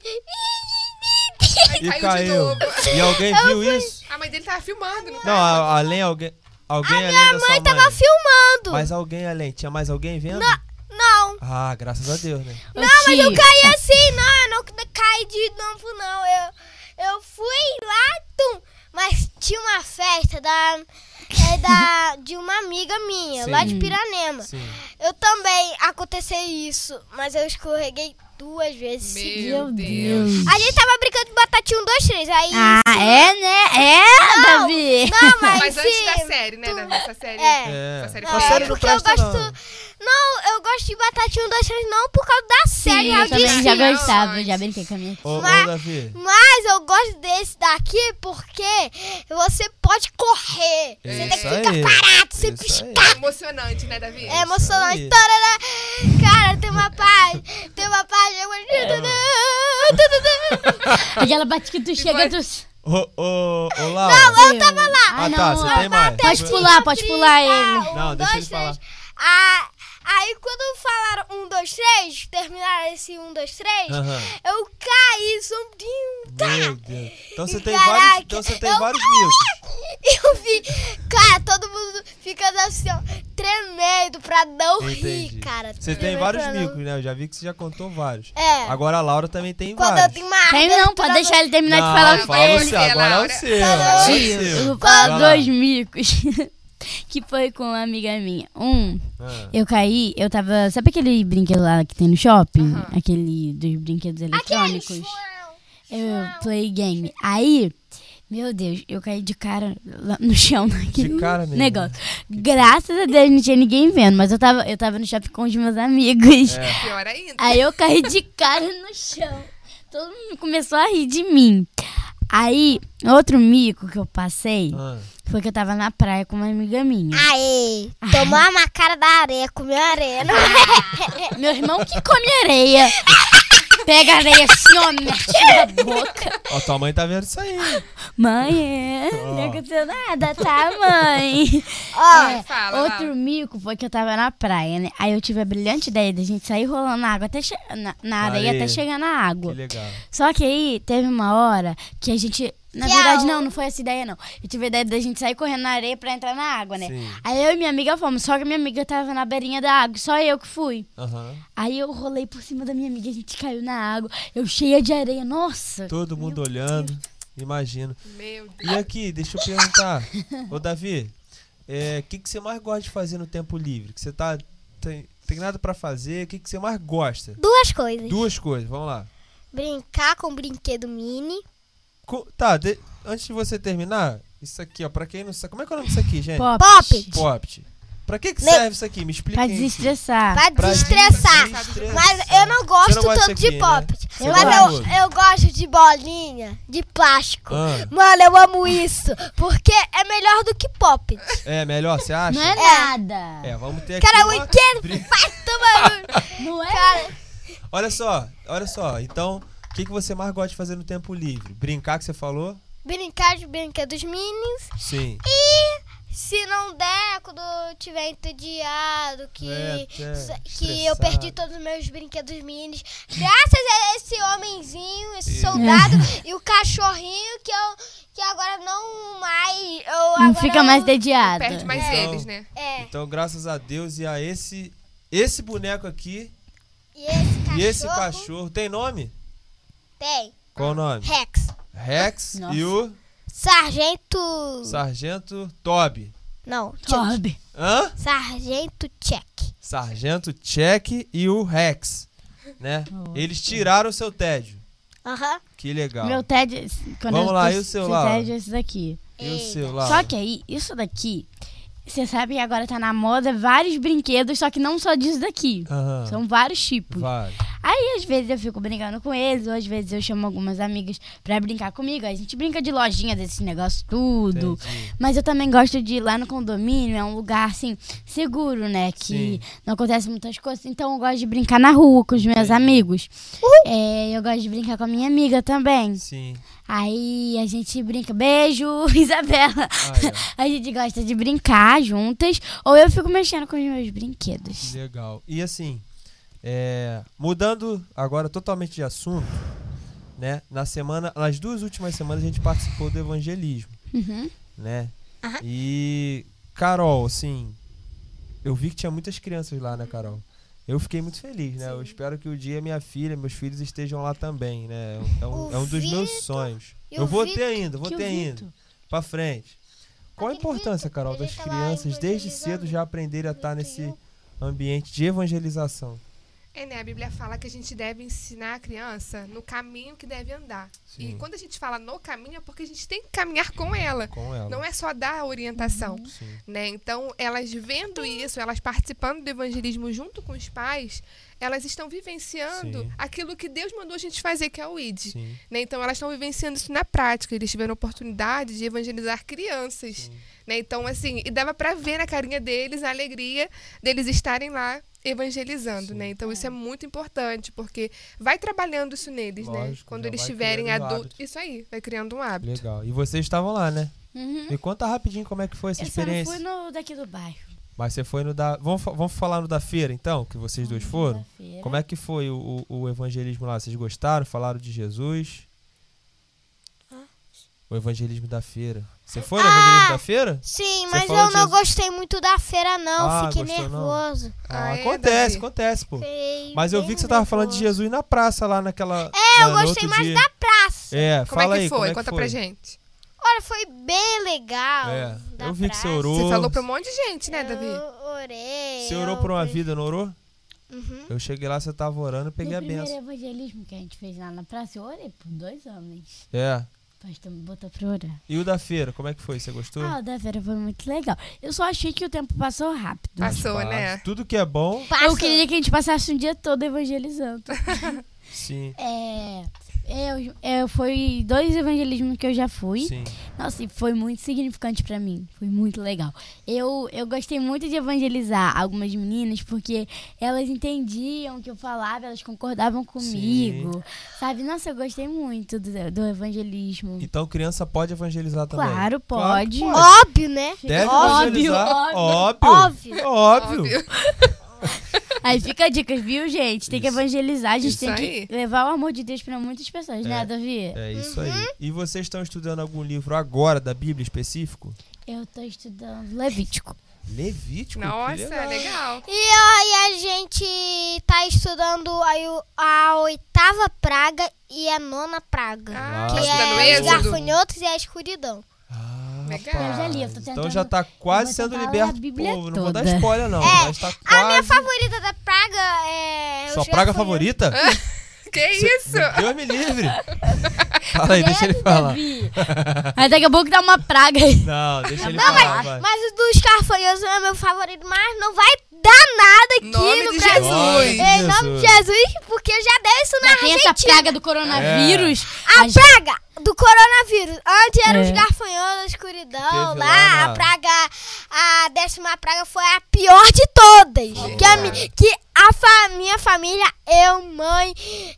[SPEAKER 1] E
[SPEAKER 3] Aí caiu de
[SPEAKER 1] caiu.
[SPEAKER 3] novo.
[SPEAKER 1] E alguém viu isso?
[SPEAKER 3] A mãe dele tava filmando, né? não
[SPEAKER 1] Não,
[SPEAKER 3] tava?
[SPEAKER 1] a- além alguém. Alguém além
[SPEAKER 2] Minha
[SPEAKER 1] da sua
[SPEAKER 2] mãe
[SPEAKER 1] mãe.
[SPEAKER 2] tava filmando.
[SPEAKER 1] Mas alguém além. Tinha mais alguém vendo?
[SPEAKER 2] Não.
[SPEAKER 1] Ah, graças a Deus, né?
[SPEAKER 4] Ô,
[SPEAKER 2] Não, mas eu
[SPEAKER 4] tio,
[SPEAKER 2] caí assim, não, eu não caí de novo, não. Eu, eu fui lá, tum. Mas tinha uma festa da, é da, de uma amiga minha,
[SPEAKER 1] Sim.
[SPEAKER 2] lá de Piranema.
[SPEAKER 1] Sim.
[SPEAKER 2] Eu também aconteceu isso, mas eu escorreguei duas vezes. seguidas.
[SPEAKER 3] Meu
[SPEAKER 4] Meu
[SPEAKER 3] Deus.
[SPEAKER 4] Deus.
[SPEAKER 2] A gente tava brincando de batatinha um, dois, três, aí...
[SPEAKER 4] Ah, é, né? É,
[SPEAKER 2] Não,
[SPEAKER 4] Davi.
[SPEAKER 2] Não, mas,
[SPEAKER 3] Mas antes da
[SPEAKER 2] se-
[SPEAKER 3] série, né, Davi? Essa série.
[SPEAKER 2] É.
[SPEAKER 1] É.
[SPEAKER 3] Essa série
[SPEAKER 1] Essa
[SPEAKER 3] foi-
[SPEAKER 1] série não
[SPEAKER 2] É, porque eu
[SPEAKER 1] presta,
[SPEAKER 2] gosto...
[SPEAKER 1] não.
[SPEAKER 2] Não, eu gosto de batatinha um, dois, três, não por causa da série,
[SPEAKER 4] Sim,
[SPEAKER 2] é
[SPEAKER 4] eu também
[SPEAKER 2] disse.
[SPEAKER 4] já
[SPEAKER 3] desfio
[SPEAKER 4] gostava,
[SPEAKER 3] antes.
[SPEAKER 4] já brinquei com a minha.
[SPEAKER 1] Ô, ô,
[SPEAKER 2] Mas-
[SPEAKER 1] Davi.
[SPEAKER 2] Mas eu gosto desse daqui porque você pode correr. Você tem
[SPEAKER 1] Isso
[SPEAKER 2] que ficar
[SPEAKER 1] aí.
[SPEAKER 2] parado, você
[SPEAKER 1] Isso
[SPEAKER 2] pisca.
[SPEAKER 1] aí.
[SPEAKER 3] Emocionante, né, Davi?
[SPEAKER 2] É emocionante.
[SPEAKER 1] aí.
[SPEAKER 2] Tarará. Cara, tem uma parte. Tem uma parte. eu-
[SPEAKER 1] É,
[SPEAKER 4] Porque ela bate que tu chega e tu.
[SPEAKER 1] Ô, ô, ô, Laura.
[SPEAKER 4] eu tava lá.
[SPEAKER 1] Ah, tá, você tem mais.
[SPEAKER 4] Pode pular, pode pular ele.
[SPEAKER 2] Um,
[SPEAKER 1] Não,
[SPEAKER 2] dois,
[SPEAKER 1] deixa ele falar.
[SPEAKER 2] três. Ah, aí Aí quando falaram um, dois, três, terminaram esse um, dois, três,
[SPEAKER 1] Aham.
[SPEAKER 2] eu caí, sombrinho, tá?
[SPEAKER 1] Meu Deus. Então você tem
[SPEAKER 2] Caraca,
[SPEAKER 1] vários, então você tem
[SPEAKER 2] eu-
[SPEAKER 1] vários mitos.
[SPEAKER 2] Eu vi, cara, todo mundo ficando assim, ó, tremendo pra não
[SPEAKER 1] Entendi.
[SPEAKER 2] rir, cara.
[SPEAKER 1] Você tem
[SPEAKER 2] Tremendo
[SPEAKER 1] vários
[SPEAKER 2] pra não-
[SPEAKER 1] micos, né? Eu já vi que você já contou vários.
[SPEAKER 2] É.
[SPEAKER 1] Agora a Laura também tem
[SPEAKER 2] Quando Ah, eu
[SPEAKER 1] vários.
[SPEAKER 2] tenho uma
[SPEAKER 5] Tem não, pode
[SPEAKER 2] abertura
[SPEAKER 5] deixar ele terminar
[SPEAKER 1] Não,
[SPEAKER 5] de falar o
[SPEAKER 1] fala
[SPEAKER 5] dele.
[SPEAKER 1] você, agora é o
[SPEAKER 3] Laura.
[SPEAKER 1] seu. agora é o
[SPEAKER 5] Tio,
[SPEAKER 1] seu.
[SPEAKER 5] eu vou
[SPEAKER 1] Vai
[SPEAKER 5] falar
[SPEAKER 1] lá.
[SPEAKER 5] dois micos. que foi com uma amiga minha. Um,
[SPEAKER 1] Ah.
[SPEAKER 5] eu caí, eu tava. Sabe aquele brinquedo lá que tem no shopping?
[SPEAKER 3] Aham.
[SPEAKER 5] Aquele dos brinquedos eletrônicos?
[SPEAKER 2] no-
[SPEAKER 5] Eu play game. Aí, meu Deus, eu caí de cara lá no chão naquele
[SPEAKER 1] De cara mesmo.
[SPEAKER 5] negócio. Graças a Deus não tinha ninguém vendo, mas eu tava, eu tava no shopping com os meus amigos.
[SPEAKER 1] É.
[SPEAKER 3] Pior ainda.
[SPEAKER 5] Aí eu caí de cara no chão. Todo mundo começou a rir de mim. Aí, outro mico que eu passei
[SPEAKER 1] Ah.
[SPEAKER 5] foi que eu tava na praia com uma amiga minha.
[SPEAKER 2] Aê, tomou a macada da areia, comeu areia. Não é?
[SPEAKER 5] Meu irmão que come areia. Pega a areia assim, ó, mete na boca.
[SPEAKER 1] Ó, tua mãe tá vendo isso aí. Ah.
[SPEAKER 5] Mãe, é, não aconteceu nada, tá, mãe?
[SPEAKER 2] Ó,
[SPEAKER 5] É,
[SPEAKER 3] fala,
[SPEAKER 5] outro
[SPEAKER 3] Laura.
[SPEAKER 5] mico foi que eu tava na praia, né? Aí eu tive a brilhante ideia da gente sair rolando na água até che- na, na areia
[SPEAKER 1] Areia.
[SPEAKER 5] até chegar na
[SPEAKER 1] Que
[SPEAKER 5] água.
[SPEAKER 1] legal.
[SPEAKER 5] Só que aí teve uma hora que a gente. Na
[SPEAKER 2] Tchau.
[SPEAKER 5] verdade, não, não foi essa ideia, não. Eu tive a ideia da gente sair correndo na areia pra entrar na água, né?
[SPEAKER 1] Sim.
[SPEAKER 5] Aí eu e minha amiga fomos, só que minha amiga tava na beirinha da água, só eu que fui.
[SPEAKER 1] Aham.
[SPEAKER 5] Aí eu rolei por cima da minha amiga, a gente caiu na água, eu cheia de areia, nossa!
[SPEAKER 1] Todo mundo olhando. Imagino.
[SPEAKER 3] Meu Deus.
[SPEAKER 1] E aqui, deixa eu perguntar. Ô, Davi, o que, que você mais gosta de fazer no tempo livre? Que você tá. Tem, tem nada pra fazer? O que, que você mais gosta?
[SPEAKER 2] duas coisas.
[SPEAKER 1] Duas coisas, vamos lá.
[SPEAKER 2] Brincar com um brinquedo mini.
[SPEAKER 1] Co- tá, de- antes de você terminar, isso aqui, ó, pra quem não sabe. Como é que é o nome disso aqui, gente?
[SPEAKER 5] Pop,
[SPEAKER 2] Pop,
[SPEAKER 1] Popt. Pra que, que
[SPEAKER 2] Ne-
[SPEAKER 1] serve isso aqui? Me explica
[SPEAKER 5] pra
[SPEAKER 1] aí.
[SPEAKER 5] desestressar.
[SPEAKER 2] pra
[SPEAKER 1] Pra
[SPEAKER 2] desestressar.
[SPEAKER 1] desestressar.
[SPEAKER 2] Mas eu não
[SPEAKER 1] Você
[SPEAKER 2] gosto
[SPEAKER 1] não gosta
[SPEAKER 2] tanto
[SPEAKER 1] disso
[SPEAKER 2] de
[SPEAKER 1] aqui, né?
[SPEAKER 2] pop.
[SPEAKER 1] Você
[SPEAKER 2] Mas
[SPEAKER 1] gosta?
[SPEAKER 2] eu, eu gosto de bolinha, de plástico.
[SPEAKER 1] Ah,
[SPEAKER 2] Mano, eu amo isso. Porque é melhor do que pop.
[SPEAKER 1] é melhor, você acha?
[SPEAKER 5] Não é,
[SPEAKER 2] É.
[SPEAKER 5] nada!
[SPEAKER 1] É, vamos ter aqui.
[SPEAKER 2] Cara,
[SPEAKER 1] uma
[SPEAKER 2] eu entendo.
[SPEAKER 1] briga.
[SPEAKER 2] Vai tomar.
[SPEAKER 5] Não é
[SPEAKER 2] Cara,
[SPEAKER 1] Olha só, olha só. Então, o que, que você mais gosta de fazer no tempo livre? Brincar que você falou?
[SPEAKER 2] brincar de brinquedos minis.
[SPEAKER 1] Sim.
[SPEAKER 2] E se não der, é quando eu tiver entediado, que,
[SPEAKER 1] É, tá
[SPEAKER 2] que eu
[SPEAKER 1] estressado.
[SPEAKER 2] perdi todos os meus brinquedos minis, graças a esse homenzinho,
[SPEAKER 1] É.
[SPEAKER 2] esse soldado e o cachorrinho que eu que agora não mais. Eu,
[SPEAKER 5] Não
[SPEAKER 2] agora
[SPEAKER 5] fica mais
[SPEAKER 2] eu-
[SPEAKER 5] dediada.
[SPEAKER 3] Perde mais
[SPEAKER 1] Então-
[SPEAKER 3] eles, né?
[SPEAKER 2] É,
[SPEAKER 1] Então, graças a Deus e a esse esse boneco aqui
[SPEAKER 2] e esse cachorro.
[SPEAKER 1] e esse cachorro tem nome?
[SPEAKER 2] Tem.
[SPEAKER 1] Qual o nome?
[SPEAKER 2] Rex.
[SPEAKER 1] Rex
[SPEAKER 5] Nossa.
[SPEAKER 1] e o
[SPEAKER 2] Sargento.
[SPEAKER 1] Sargento Toby.
[SPEAKER 2] Não, Chuck.
[SPEAKER 5] Sobe.
[SPEAKER 1] Hã?
[SPEAKER 2] Sargento Check.
[SPEAKER 1] Sargento Check e o Rex, né? Eles tiraram o seu tédio.
[SPEAKER 2] Aham.
[SPEAKER 1] Que legal.
[SPEAKER 5] Meu TED. Quando
[SPEAKER 1] Vamos
[SPEAKER 5] eu
[SPEAKER 1] lá,
[SPEAKER 5] tô-
[SPEAKER 1] e o seu,
[SPEAKER 5] seu
[SPEAKER 1] Laura?
[SPEAKER 5] TED é esse daqui.
[SPEAKER 1] E o seu lá?
[SPEAKER 5] Só que aí, isso daqui, você sabe que agora tá na moda vários brinquedos, só que não só disso daqui.
[SPEAKER 1] Aham.
[SPEAKER 5] São vários tipos.
[SPEAKER 1] Vai.
[SPEAKER 5] Aí, às vezes, eu fico brincando com eles, ou às vezes eu chamo algumas amigas pra brincar comigo. Aí a gente brinca de lojinha desses negócios tudo.
[SPEAKER 1] Entendi.
[SPEAKER 5] Mas eu também gosto de ir lá no condomínio, é um lugar, assim, seguro, né? Que
[SPEAKER 1] Sim.
[SPEAKER 5] não acontece muitas coisas. Então eu gosto de brincar na rua com os meus amigos. É, eu gosto de brincar com a minha amiga também.
[SPEAKER 1] Sim.
[SPEAKER 5] Aí a gente brinca, beijo, Isabela.
[SPEAKER 1] Ah,
[SPEAKER 5] A gente gosta de brincar juntas, ou eu fico mexendo com os meus brinquedos.
[SPEAKER 1] Legal. E assim, é, mudando agora totalmente de assunto, né? Na semana, nas duas últimas semanas a gente participou do evangelismo,
[SPEAKER 5] Uhum.
[SPEAKER 1] né?
[SPEAKER 2] Aham.
[SPEAKER 1] E Carol, assim, eu vi que tinha muitas crianças lá, né, Carol? Eu fiquei muito feliz, né? Eu espero que o dia minha filha, meus filhos estejam lá também, né? É um,
[SPEAKER 2] O
[SPEAKER 1] é um dos meus
[SPEAKER 2] Vitor-
[SPEAKER 1] sonhos.
[SPEAKER 2] e
[SPEAKER 1] Eu
[SPEAKER 2] o
[SPEAKER 1] vou ter
[SPEAKER 2] Vitor-
[SPEAKER 1] ainda, vou
[SPEAKER 5] Que o
[SPEAKER 1] ter ainda.
[SPEAKER 5] Vitor.
[SPEAKER 1] Pra frente. Qual a
[SPEAKER 2] Aquele
[SPEAKER 1] importância,
[SPEAKER 2] Vitor,
[SPEAKER 1] Carol,
[SPEAKER 2] ele
[SPEAKER 1] das
[SPEAKER 2] tá lá
[SPEAKER 1] crianças desde cedo
[SPEAKER 2] evangelizando.
[SPEAKER 1] já aprenderem a estar
[SPEAKER 2] Vitor
[SPEAKER 1] nesse
[SPEAKER 2] Hugo.
[SPEAKER 1] ambiente de evangelização?
[SPEAKER 3] É, né? A Bíblia fala que a gente deve ensinar a criança no caminho que deve andar.
[SPEAKER 1] Sim.
[SPEAKER 3] E quando a gente fala no caminho, é porque a gente tem que caminhar com ela.
[SPEAKER 1] Com ela.
[SPEAKER 3] Não é só dar a orientação.
[SPEAKER 1] Sim.
[SPEAKER 3] né? Então, elas vendo isso, elas participando do evangelismo junto com os pais, elas estão vivenciando
[SPEAKER 1] Sim.
[SPEAKER 3] aquilo que Deus mandou a gente fazer, que é o ID.
[SPEAKER 1] Sim.
[SPEAKER 3] Né? Então, elas estão vivenciando isso na prática. Eles tiveram a oportunidade de evangelizar crianças. Né? Então, assim, e dava pra ver na carinha deles a alegria deles estarem lá evangelizando, né? Então isso é muito importante, porque vai trabalhando isso neles, né?
[SPEAKER 1] Lógico,
[SPEAKER 3] Quando
[SPEAKER 1] já
[SPEAKER 3] eles
[SPEAKER 1] vai
[SPEAKER 3] estiverem
[SPEAKER 1] criando um
[SPEAKER 3] adultos,
[SPEAKER 1] hábito.
[SPEAKER 3] isso aí, vai criando um hábito.
[SPEAKER 1] Legal. E vocês estavam lá, né?
[SPEAKER 5] Uhum.
[SPEAKER 1] Me conta rapidinho como é que foi essa
[SPEAKER 5] Eu só não
[SPEAKER 1] experiência.
[SPEAKER 5] fui no daqui do bairro.
[SPEAKER 1] Mas você foi no da. Vamos, fa- vamos falar no da feira, então, que vocês dois foram? Como é que foi o, o- o evangelismo lá? Vocês gostaram? Falaram de Jesus? O evangelismo da feira. Você foi no evangelismo da feira?
[SPEAKER 2] Sim,
[SPEAKER 1] Você
[SPEAKER 2] mas
[SPEAKER 1] falou
[SPEAKER 2] eu não
[SPEAKER 1] de-
[SPEAKER 2] gostei muito da feira, não.
[SPEAKER 1] Ah,
[SPEAKER 2] Fiquei
[SPEAKER 1] gostou não?
[SPEAKER 2] nervoso.
[SPEAKER 1] Ah,
[SPEAKER 3] Ah, é,
[SPEAKER 1] acontece,
[SPEAKER 3] Davi?
[SPEAKER 1] acontece, pô.
[SPEAKER 2] Fiquei
[SPEAKER 1] Mas eu
[SPEAKER 2] bem
[SPEAKER 1] vi que você tava falando de
[SPEAKER 2] nervoso.
[SPEAKER 1] Jesus na praça, lá naquela. É,
[SPEAKER 2] eu gostei mais da praça.
[SPEAKER 1] É,
[SPEAKER 3] Como
[SPEAKER 1] fala
[SPEAKER 3] é que
[SPEAKER 1] aí,
[SPEAKER 3] foi?
[SPEAKER 1] como é que
[SPEAKER 3] Conta
[SPEAKER 1] foi?
[SPEAKER 3] pra gente.
[SPEAKER 2] Olha, foi bem legal.
[SPEAKER 1] É,
[SPEAKER 2] da
[SPEAKER 1] eu vi que você
[SPEAKER 2] praça.
[SPEAKER 1] orou.
[SPEAKER 3] Você
[SPEAKER 1] Pô,
[SPEAKER 3] falou pra um monte de gente, né, Davi?
[SPEAKER 2] Eu orei.
[SPEAKER 1] Você orou
[SPEAKER 2] eu
[SPEAKER 1] por uma
[SPEAKER 2] fui-
[SPEAKER 1] vida, não orou?
[SPEAKER 2] Uhum.
[SPEAKER 1] Eu cheguei lá, você tava orando, eu peguei
[SPEAKER 5] no
[SPEAKER 1] a
[SPEAKER 5] primeiro
[SPEAKER 1] benção.
[SPEAKER 5] evangelismo que a gente fez lá na praça, eu orei por dois homens.
[SPEAKER 1] É.
[SPEAKER 5] O pastor me botou pra orar.
[SPEAKER 1] E o da feira, como é que foi? Você gostou?
[SPEAKER 5] Ah, o da feira foi muito legal. Eu só achei que o tempo passou rápido.
[SPEAKER 3] Mas Passou,
[SPEAKER 1] Fácil.
[SPEAKER 3] né?
[SPEAKER 1] Tudo que é bom,
[SPEAKER 5] Eu
[SPEAKER 2] Passou.
[SPEAKER 5] queria que a gente passasse um dia todo evangelizando.
[SPEAKER 1] sim.
[SPEAKER 5] é. Eu, eu, foi dois evangelismos que eu já fui.
[SPEAKER 1] Sim.
[SPEAKER 5] Nossa, e foi muito significante pra mim. Foi muito legal. Eu, eu gostei muito de evangelizar algumas meninas porque elas entendiam o que eu falava, elas concordavam comigo. Sabe? Nossa, eu gostei muito do, do evangelismo.
[SPEAKER 1] Então criança pode evangelizar também.
[SPEAKER 5] Claro, pode.
[SPEAKER 1] um-
[SPEAKER 2] Óbvio, né?
[SPEAKER 1] Deve
[SPEAKER 5] Óbvio,
[SPEAKER 1] evangelizar.
[SPEAKER 5] óbvio.
[SPEAKER 1] Óbvio. Óbvio.
[SPEAKER 5] Aí fica a dica, viu, gente? Tem que
[SPEAKER 1] Isso.
[SPEAKER 5] evangelizar, a gente
[SPEAKER 3] Isso
[SPEAKER 5] tem
[SPEAKER 3] aí.
[SPEAKER 5] que levar o amor de Deus pra muitas pessoas,
[SPEAKER 1] É.
[SPEAKER 5] né, Davi?
[SPEAKER 1] É isso aí. E vocês estão estudando algum livro agora da Bíblia específico?
[SPEAKER 5] Eu tô estudando Levítico.
[SPEAKER 1] Levítico? que
[SPEAKER 3] Nossa,
[SPEAKER 1] legal.
[SPEAKER 3] legal.
[SPEAKER 2] E aí a gente tá estudando aí o- a oitava praga e a nona praga.
[SPEAKER 3] Ah,
[SPEAKER 1] Que
[SPEAKER 2] que
[SPEAKER 3] tá estudando
[SPEAKER 2] é os
[SPEAKER 3] Êxodo?
[SPEAKER 2] gafanhotos e a escuridão.
[SPEAKER 1] Ah,
[SPEAKER 3] Legal.
[SPEAKER 1] rapaz.
[SPEAKER 5] é Eu já li, eu tô
[SPEAKER 1] Então
[SPEAKER 5] tentando-
[SPEAKER 1] já tá quase
[SPEAKER 5] eu vou
[SPEAKER 1] sendo
[SPEAKER 5] tentar ler
[SPEAKER 1] liberto
[SPEAKER 5] a
[SPEAKER 1] do
[SPEAKER 5] Bíblia
[SPEAKER 1] povo. Não vou dar
[SPEAKER 5] toda.
[SPEAKER 1] spoiler, não.
[SPEAKER 2] É,
[SPEAKER 1] mas tá
[SPEAKER 2] A minha
[SPEAKER 1] quase.
[SPEAKER 2] favorita da praga é. os
[SPEAKER 1] Sua praga
[SPEAKER 2] gafanhotos.
[SPEAKER 1] favorita?
[SPEAKER 3] Que isso?
[SPEAKER 1] Deus me livre. Fala aí, deixa ele falar.
[SPEAKER 5] Davi. Aí daqui a pouco dá uma praga aí.
[SPEAKER 1] Não, deixa ele
[SPEAKER 5] Não,
[SPEAKER 1] falar. vai.
[SPEAKER 2] Mas o dos gafanhotos é meu favorito, mas não vai dar nada aqui
[SPEAKER 3] Nome
[SPEAKER 2] no
[SPEAKER 3] de
[SPEAKER 2] Brasil.
[SPEAKER 1] Jesus.
[SPEAKER 2] É, Em nome de Jesus, porque eu já dei isso na
[SPEAKER 5] Tem essa praga do coronavírus.
[SPEAKER 3] É.
[SPEAKER 2] A
[SPEAKER 5] gente-
[SPEAKER 2] praga do coronavírus. Antes eram
[SPEAKER 5] É.
[SPEAKER 2] os garfanhões da escuridão.
[SPEAKER 1] Teve
[SPEAKER 2] Lá,
[SPEAKER 1] lá na-
[SPEAKER 2] a praga, a décima praga foi a pior de todas. Que a, mi- que a fa- minha família, eu, mãe,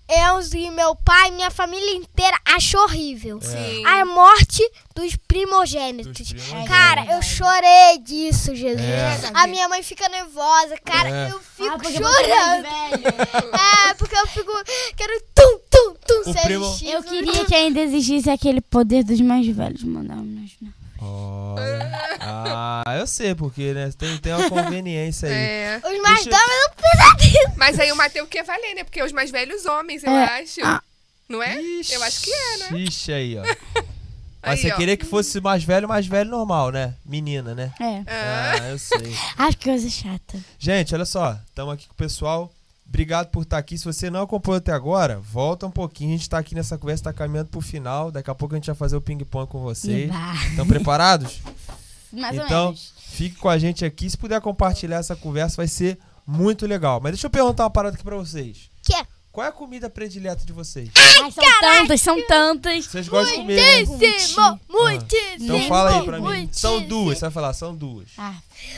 [SPEAKER 2] eu e meu pai, minha família inteira achou horrível.
[SPEAKER 1] É.
[SPEAKER 3] Sim.
[SPEAKER 2] A morte dos primogênitos.
[SPEAKER 1] Dos
[SPEAKER 5] É
[SPEAKER 1] primogênitos.
[SPEAKER 2] Cara, eu chorei disso, Jesus.
[SPEAKER 1] É.
[SPEAKER 2] A minha mãe fica nervosa, cara.
[SPEAKER 1] É.
[SPEAKER 2] Eu fico
[SPEAKER 5] Ah, porque você é mais
[SPEAKER 2] chorando.
[SPEAKER 5] velho.
[SPEAKER 2] É, porque eu fico. Quero tum, tum, tum,
[SPEAKER 1] O
[SPEAKER 2] ser
[SPEAKER 1] primo-
[SPEAKER 2] mexido.
[SPEAKER 5] Eu queria que ainda existisse aquele poder dos mais velhos mandar nós. né?
[SPEAKER 1] Olha. Ah, eu sei porque, né? Tem, tem uma conveniência aí.
[SPEAKER 3] É.
[SPEAKER 2] Os mais
[SPEAKER 1] Deixa eu-
[SPEAKER 2] damas não precisam disso.
[SPEAKER 3] Mas aí o Mateus quer valer, né? Porque os mais velhos homens, eu
[SPEAKER 5] É.
[SPEAKER 3] acho.
[SPEAKER 5] Ah.
[SPEAKER 3] Não é? Eu acho que é, né?
[SPEAKER 1] Ixi, aí, ó.
[SPEAKER 3] Aí,
[SPEAKER 1] Mas você
[SPEAKER 3] ó.
[SPEAKER 1] queria que fosse mais velho, mais velho normal, né? Menina, né?
[SPEAKER 5] É.
[SPEAKER 1] Ah, eu sei.
[SPEAKER 5] Acho que coisa chata.
[SPEAKER 1] Gente, olha só. Estamos aqui com o pessoal. Obrigado por estar aqui. Se você não acompanhou até agora, volta um pouquinho. A gente está aqui nessa conversa, está caminhando pro final. Daqui a pouco a gente vai fazer o ping-pong com vocês.
[SPEAKER 5] Eba.
[SPEAKER 1] Estão preparados?
[SPEAKER 5] Mais ou
[SPEAKER 1] então,
[SPEAKER 5] menos.
[SPEAKER 1] fique com a gente aqui. Se puder compartilhar essa conversa, vai ser muito legal. Mas deixa eu perguntar uma parada aqui pra vocês.
[SPEAKER 2] Que é?
[SPEAKER 1] Qual é a comida predileta de vocês?
[SPEAKER 5] Ai, são tantas, são tantas.
[SPEAKER 1] Vocês gostam de comer, né?
[SPEAKER 2] Muitíssimo,
[SPEAKER 1] Então
[SPEAKER 2] muitíssimo.
[SPEAKER 1] fala aí pra mim.
[SPEAKER 2] muitíssimo.
[SPEAKER 1] São duas, você vai falar, são duas.
[SPEAKER 5] Ah,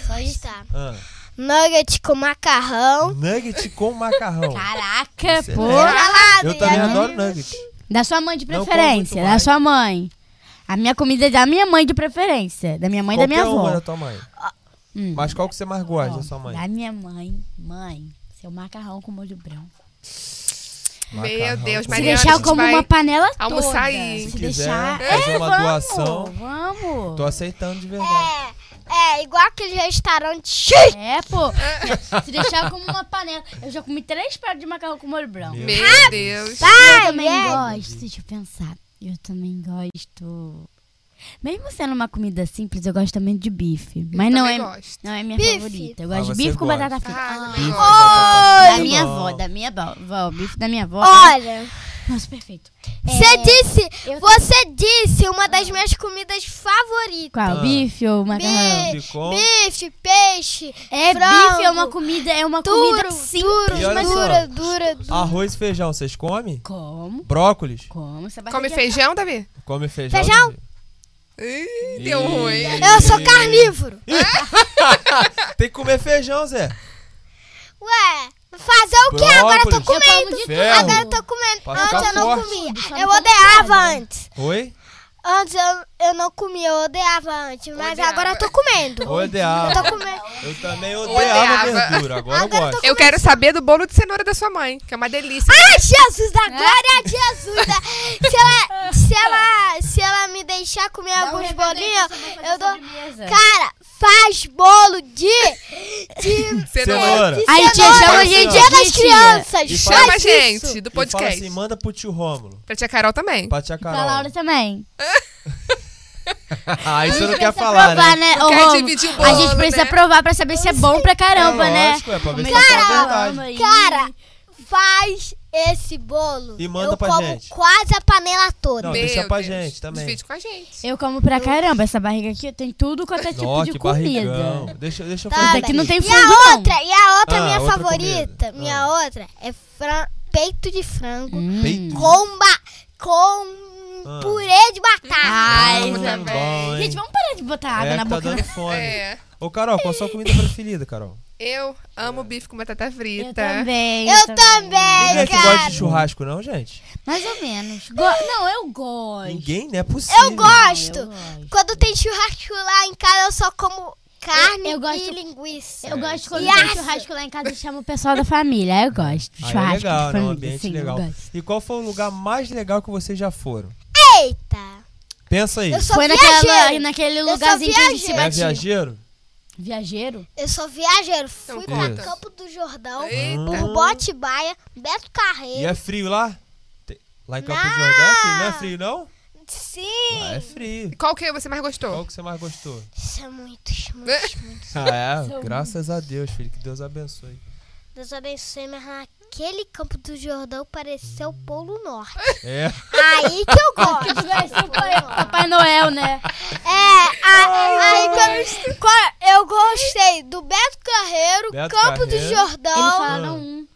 [SPEAKER 5] só isso.
[SPEAKER 2] Tá.
[SPEAKER 1] Ah,
[SPEAKER 2] Nugget com macarrão.
[SPEAKER 1] nugget com macarrão.
[SPEAKER 5] Caraca,
[SPEAKER 1] Isso é
[SPEAKER 5] pô.
[SPEAKER 1] legal.
[SPEAKER 2] Salada.
[SPEAKER 1] Eu também adoro
[SPEAKER 5] né?
[SPEAKER 1] nugget.
[SPEAKER 5] Da sua mãe de
[SPEAKER 1] Não como
[SPEAKER 5] preferência,
[SPEAKER 1] muito
[SPEAKER 5] da
[SPEAKER 1] mais.
[SPEAKER 5] sua mãe. A minha comida é da minha mãe de preferência, da minha mãe e da
[SPEAKER 1] Qualquer
[SPEAKER 5] minha
[SPEAKER 1] uma
[SPEAKER 5] avó.
[SPEAKER 1] da tua mãe.
[SPEAKER 5] Hum.
[SPEAKER 1] Mas qual que você mais gosta
[SPEAKER 5] Ó,
[SPEAKER 1] da sua mãe?
[SPEAKER 5] Da minha mãe. Mãe, seu macarrão com molho branco.
[SPEAKER 3] Meu Deus,
[SPEAKER 1] com
[SPEAKER 5] Se
[SPEAKER 3] Mariana,
[SPEAKER 5] deixar,
[SPEAKER 3] a
[SPEAKER 5] eu
[SPEAKER 3] gente
[SPEAKER 5] como
[SPEAKER 3] vai
[SPEAKER 5] uma panela toda.
[SPEAKER 3] almoçar aí, hein?
[SPEAKER 5] Se
[SPEAKER 1] Se
[SPEAKER 5] deixar...
[SPEAKER 1] quiser fazer
[SPEAKER 5] é,
[SPEAKER 1] uma
[SPEAKER 5] vamos,
[SPEAKER 1] doação.
[SPEAKER 5] Vamos.
[SPEAKER 1] Tô aceitando de verdade.
[SPEAKER 2] É, é igual aquele restaurante chique.
[SPEAKER 5] É, pô. Se deixar, eu como uma panela. Eu já comi três pratos de macarrão com molho branco.
[SPEAKER 1] Meu-
[SPEAKER 3] Meu Deus.
[SPEAKER 5] Eu também
[SPEAKER 2] é.
[SPEAKER 5] gosto, deixa eu pensar. Eu também gosto... Mesmo sendo uma comida simples, eu gosto também de bife. Mas não é,
[SPEAKER 3] Também gosto.
[SPEAKER 5] não é minha
[SPEAKER 2] Bife.
[SPEAKER 5] favorita. Eu
[SPEAKER 1] Ah,
[SPEAKER 5] gosto
[SPEAKER 1] você
[SPEAKER 5] de bife com
[SPEAKER 1] gosta.
[SPEAKER 5] batata frita.
[SPEAKER 3] Ah, também
[SPEAKER 1] Bife,
[SPEAKER 3] gosto.
[SPEAKER 1] batata frita,
[SPEAKER 5] Da minha
[SPEAKER 1] bom.
[SPEAKER 5] avó, da minha avó, avó, o bife da minha avó.
[SPEAKER 2] Olha,
[SPEAKER 5] Nossa, Ah, perfeito.
[SPEAKER 2] você disse,
[SPEAKER 5] É. eu-
[SPEAKER 2] você disse uma das minhas comidas favoritas.
[SPEAKER 5] Qual?
[SPEAKER 1] Ah.
[SPEAKER 5] Bife ou macarrão?
[SPEAKER 2] Bi-
[SPEAKER 1] Bife com-
[SPEAKER 2] Bife, peixe,
[SPEAKER 5] É,
[SPEAKER 2] frango,
[SPEAKER 5] bife é uma comida, é uma comida
[SPEAKER 2] duro,
[SPEAKER 5] simples,
[SPEAKER 1] E olha
[SPEAKER 2] duro,
[SPEAKER 5] mas
[SPEAKER 1] só.
[SPEAKER 2] dura, dura, dura.
[SPEAKER 1] Arroz e feijão, vocês comem?
[SPEAKER 5] como?
[SPEAKER 1] Brócolis?
[SPEAKER 5] Como? Você
[SPEAKER 3] Come feijão, Davi?
[SPEAKER 1] Come feijão?
[SPEAKER 2] Feijão?
[SPEAKER 3] Ih, deu
[SPEAKER 1] Ih. é
[SPEAKER 3] ruim.
[SPEAKER 2] Eu sou carnívoro.
[SPEAKER 1] Tem que comer feijão, Zé.
[SPEAKER 2] Ué, fazer o quê? Agora eu tô
[SPEAKER 1] Brócolis.
[SPEAKER 2] comendo.
[SPEAKER 5] Eu como de
[SPEAKER 1] Ferro.
[SPEAKER 2] Agora eu tô comendo.
[SPEAKER 1] Pra
[SPEAKER 2] antes
[SPEAKER 1] ficar
[SPEAKER 2] eu não
[SPEAKER 1] forte.
[SPEAKER 5] Só
[SPEAKER 2] comia.
[SPEAKER 5] não
[SPEAKER 2] Eu
[SPEAKER 5] come
[SPEAKER 2] odeava
[SPEAKER 5] nada, né?
[SPEAKER 2] antes.
[SPEAKER 1] Oi?
[SPEAKER 2] Antes eu, eu não comia, eu odeava antes. Mas
[SPEAKER 3] Odeava.
[SPEAKER 2] agora eu tô comendo.
[SPEAKER 1] Oi, Deal.
[SPEAKER 2] Eu tô comendo.
[SPEAKER 1] Eu também odiava
[SPEAKER 3] Odiava.
[SPEAKER 1] verdura, agora eu
[SPEAKER 2] Agora eu
[SPEAKER 1] gosto.
[SPEAKER 3] Eu quero saber do bolo de cenoura da sua mãe, que é uma delícia.
[SPEAKER 5] Ah!
[SPEAKER 2] Ai, Jesus da glória, Jesus da... Se ela, se ela, se ela me deixar comer alguns bolinhos, eu dou... Cara, faz bolo de... de...
[SPEAKER 1] Cenoura.
[SPEAKER 2] de
[SPEAKER 4] Aí, tia,
[SPEAKER 2] cenoura.
[SPEAKER 1] chama a gente
[SPEAKER 2] é Dia
[SPEAKER 1] de
[SPEAKER 2] das
[SPEAKER 4] tia.
[SPEAKER 2] crianças.
[SPEAKER 1] E
[SPEAKER 3] Chama a
[SPEAKER 2] faz isso.
[SPEAKER 3] gente do
[SPEAKER 1] E fala
[SPEAKER 3] podcast.
[SPEAKER 1] assim, manda pro tio Rômulo,
[SPEAKER 3] Pra tia Carol também.
[SPEAKER 1] pra tia Carol.
[SPEAKER 5] Pra Laura também.
[SPEAKER 1] Ah, isso você não
[SPEAKER 5] Precisa
[SPEAKER 1] quer falar,
[SPEAKER 5] provar,
[SPEAKER 1] né?
[SPEAKER 5] Ô,
[SPEAKER 3] quer
[SPEAKER 5] Romulo,
[SPEAKER 3] dividir o
[SPEAKER 5] a
[SPEAKER 3] bolo,
[SPEAKER 5] gente precisa
[SPEAKER 3] né?
[SPEAKER 5] provar pra saber se é bom pra caramba,
[SPEAKER 1] É
[SPEAKER 5] né?
[SPEAKER 1] lógico, é pra ver se
[SPEAKER 5] Melhor
[SPEAKER 1] é
[SPEAKER 5] pra
[SPEAKER 1] verdade.
[SPEAKER 5] caramba aí.
[SPEAKER 2] Cara, faz esse bolo.
[SPEAKER 1] E manda
[SPEAKER 2] eu
[SPEAKER 1] pra
[SPEAKER 2] como
[SPEAKER 1] gente.
[SPEAKER 2] quase a panela toda.
[SPEAKER 1] Não,
[SPEAKER 3] Meu
[SPEAKER 1] deixa pra
[SPEAKER 3] Deus.
[SPEAKER 1] gente também.
[SPEAKER 3] Divide com a gente.
[SPEAKER 5] Eu como pra caramba. Essa barriga aqui tem tudo quanto é tipo
[SPEAKER 1] Ó,
[SPEAKER 5] de
[SPEAKER 1] que
[SPEAKER 5] comida.
[SPEAKER 1] barrigão. Deixa, deixa eu
[SPEAKER 2] Tá,
[SPEAKER 1] fazer
[SPEAKER 5] Isso aqui não tem
[SPEAKER 2] E
[SPEAKER 5] fundo,
[SPEAKER 2] a
[SPEAKER 5] não.
[SPEAKER 2] outra, e a outra
[SPEAKER 1] Ah,
[SPEAKER 2] minha
[SPEAKER 1] outra
[SPEAKER 2] favorita,
[SPEAKER 1] comida. Ah.
[SPEAKER 2] minha outra é fra- peito de frango
[SPEAKER 5] Hum.
[SPEAKER 1] Peito.
[SPEAKER 2] com ba- com
[SPEAKER 1] Ah.
[SPEAKER 2] purê de batata.
[SPEAKER 5] Ai,
[SPEAKER 1] Hum,
[SPEAKER 3] também.
[SPEAKER 1] bom, hein?
[SPEAKER 5] é Gente, vamos parar de botar água
[SPEAKER 1] é
[SPEAKER 5] na
[SPEAKER 1] que tá
[SPEAKER 5] boca.
[SPEAKER 1] dando fome.
[SPEAKER 3] É.
[SPEAKER 1] Ô, Carol, qual a sua comida preferida, Carol?
[SPEAKER 3] Eu amo bife com batata frita.
[SPEAKER 5] Eu também.
[SPEAKER 2] eu
[SPEAKER 5] É,
[SPEAKER 2] também,
[SPEAKER 1] Ninguém aqui gosta
[SPEAKER 2] cara.
[SPEAKER 1] de churrasco, não, gente?
[SPEAKER 5] Mais ou menos. Go- não, eu gosto.
[SPEAKER 1] Ninguém, não é possível.
[SPEAKER 2] Eu gosto.
[SPEAKER 5] Eu gosto.
[SPEAKER 2] Quando tem churrasco lá em casa, eu só como carne
[SPEAKER 5] Eu- eu gosto-
[SPEAKER 2] e linguiça.
[SPEAKER 5] Eu gosto quando
[SPEAKER 2] Yes!
[SPEAKER 5] tem churrasco lá em casa e chama o pessoal da família. Eu gosto.
[SPEAKER 1] Aí
[SPEAKER 5] Churrasco
[SPEAKER 1] é legal,
[SPEAKER 5] de
[SPEAKER 1] né? Um
[SPEAKER 5] família.
[SPEAKER 1] ambiente
[SPEAKER 5] sim, eu
[SPEAKER 1] legal.
[SPEAKER 5] gosto.
[SPEAKER 1] E qual foi o lugar mais legal que vocês já foram?
[SPEAKER 2] Eita.
[SPEAKER 1] Pensa aí.
[SPEAKER 2] Eu só
[SPEAKER 5] Foi naquela,
[SPEAKER 2] viajeiro.
[SPEAKER 5] naquele
[SPEAKER 2] sou
[SPEAKER 5] lugarzinho que a gente se
[SPEAKER 1] É
[SPEAKER 2] viajeiro.
[SPEAKER 5] batia.
[SPEAKER 1] viajeiro?
[SPEAKER 5] Viajeiro?
[SPEAKER 2] Eu sou viajeiro. Fui
[SPEAKER 3] Então
[SPEAKER 2] pra
[SPEAKER 1] conta.
[SPEAKER 2] Campo do Jordão,
[SPEAKER 3] Eita.
[SPEAKER 2] por Bote Baia, Beto
[SPEAKER 1] E
[SPEAKER 2] Carreiro.
[SPEAKER 1] é frio lá? Te- Lá em Campo de Jordão é frio, não é frio, não?
[SPEAKER 2] Sim.
[SPEAKER 1] Lá é frio.
[SPEAKER 3] Qual que você mais gostou?
[SPEAKER 1] Qual que você mais gostou?
[SPEAKER 2] Isso é muitos, muitos, muitos.
[SPEAKER 1] Ah, é?
[SPEAKER 5] São-
[SPEAKER 1] Graças a Deus, filho. Que Deus abençoe.
[SPEAKER 2] Deus abençoe, mas naquele Campo do Jordão pareceu o Polo Norte.
[SPEAKER 1] É.
[SPEAKER 2] Aí que eu gosto.
[SPEAKER 5] é Papai Noel, né?
[SPEAKER 2] É, a- aí que eu, qual- eu gostei do Beto Carreiro,
[SPEAKER 1] Beto
[SPEAKER 2] Campo
[SPEAKER 1] Carreiro.
[SPEAKER 2] do
[SPEAKER 5] Ele
[SPEAKER 2] Jordão.
[SPEAKER 5] fala não
[SPEAKER 1] Ah,
[SPEAKER 5] um.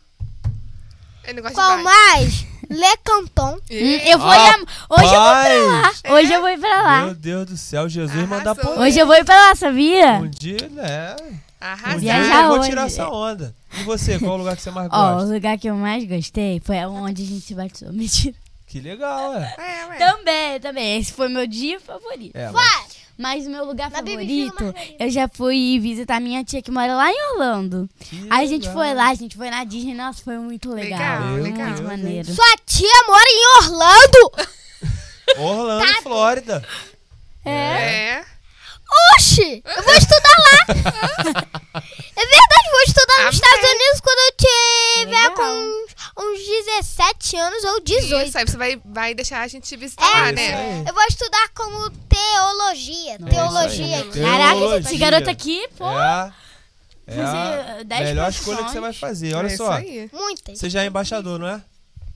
[SPEAKER 3] Eu não gosto
[SPEAKER 2] Qual
[SPEAKER 3] de baixo.
[SPEAKER 2] mais? Le Canton.
[SPEAKER 5] Hum, Eu vou ir
[SPEAKER 1] Ah,
[SPEAKER 5] a- Hoje eu vou
[SPEAKER 1] pai!
[SPEAKER 5] pra lá. Hoje eu vou ir pra
[SPEAKER 1] Meu
[SPEAKER 5] lá.
[SPEAKER 1] Deus do céu, Jesus
[SPEAKER 3] Arrasou.
[SPEAKER 1] mandar pra
[SPEAKER 5] Hoje eu vou ir pra lá, sabia?
[SPEAKER 1] Um dia, né? Um dia
[SPEAKER 3] Arrasar.
[SPEAKER 5] Viajar
[SPEAKER 1] eu vou
[SPEAKER 5] hoje.
[SPEAKER 1] tirar essa onda. E você, qual o lugar que você mais
[SPEAKER 5] Ó, o
[SPEAKER 1] gosta?
[SPEAKER 5] lugar que eu mais gostei foi onde a gente se batizou. Mentira.
[SPEAKER 1] Que legal, é.
[SPEAKER 3] É, ué.
[SPEAKER 5] Também, também. Esse foi meu dia favorito.
[SPEAKER 1] É, mas-
[SPEAKER 2] Vai.
[SPEAKER 5] Mas o meu lugar
[SPEAKER 2] Na Bibi
[SPEAKER 5] favorito,
[SPEAKER 2] Vila Margarida.
[SPEAKER 5] eu já fui visitar minha tia que mora lá em Orlando.
[SPEAKER 1] que
[SPEAKER 5] Aí a gente
[SPEAKER 1] legal.
[SPEAKER 5] foi lá, a gente foi na Disney, nossa, foi muito legal.
[SPEAKER 3] Legal,
[SPEAKER 5] muito
[SPEAKER 3] legal.
[SPEAKER 5] muito maneiro.
[SPEAKER 2] Sua tia mora em Orlando?
[SPEAKER 1] Orlando,
[SPEAKER 5] Tá
[SPEAKER 1] Flórida.
[SPEAKER 3] É.
[SPEAKER 2] Oxi! Eu vou estudar lá! é verdade, vou estudar nos
[SPEAKER 3] Amém.
[SPEAKER 2] Estados Unidos quando eu tiver
[SPEAKER 5] Legal.
[SPEAKER 2] com uns, uns 17 anos ou 18.
[SPEAKER 3] Isso aí você vai, vai deixar a gente te visitar,
[SPEAKER 2] É,
[SPEAKER 3] lá,
[SPEAKER 1] isso
[SPEAKER 3] né?
[SPEAKER 1] aí.
[SPEAKER 2] Eu vou estudar como teologia. teologia.
[SPEAKER 1] isso aí.
[SPEAKER 5] Caraca, esse
[SPEAKER 1] Teologia.
[SPEAKER 5] garoto aqui, pô.
[SPEAKER 1] É. É a
[SPEAKER 5] Você- dez
[SPEAKER 1] melhor
[SPEAKER 5] profissões.
[SPEAKER 1] escolha que você vai fazer. Olha
[SPEAKER 3] É
[SPEAKER 1] só.
[SPEAKER 3] Isso aí.
[SPEAKER 2] Muitas.
[SPEAKER 1] Você já é embaixador, não é?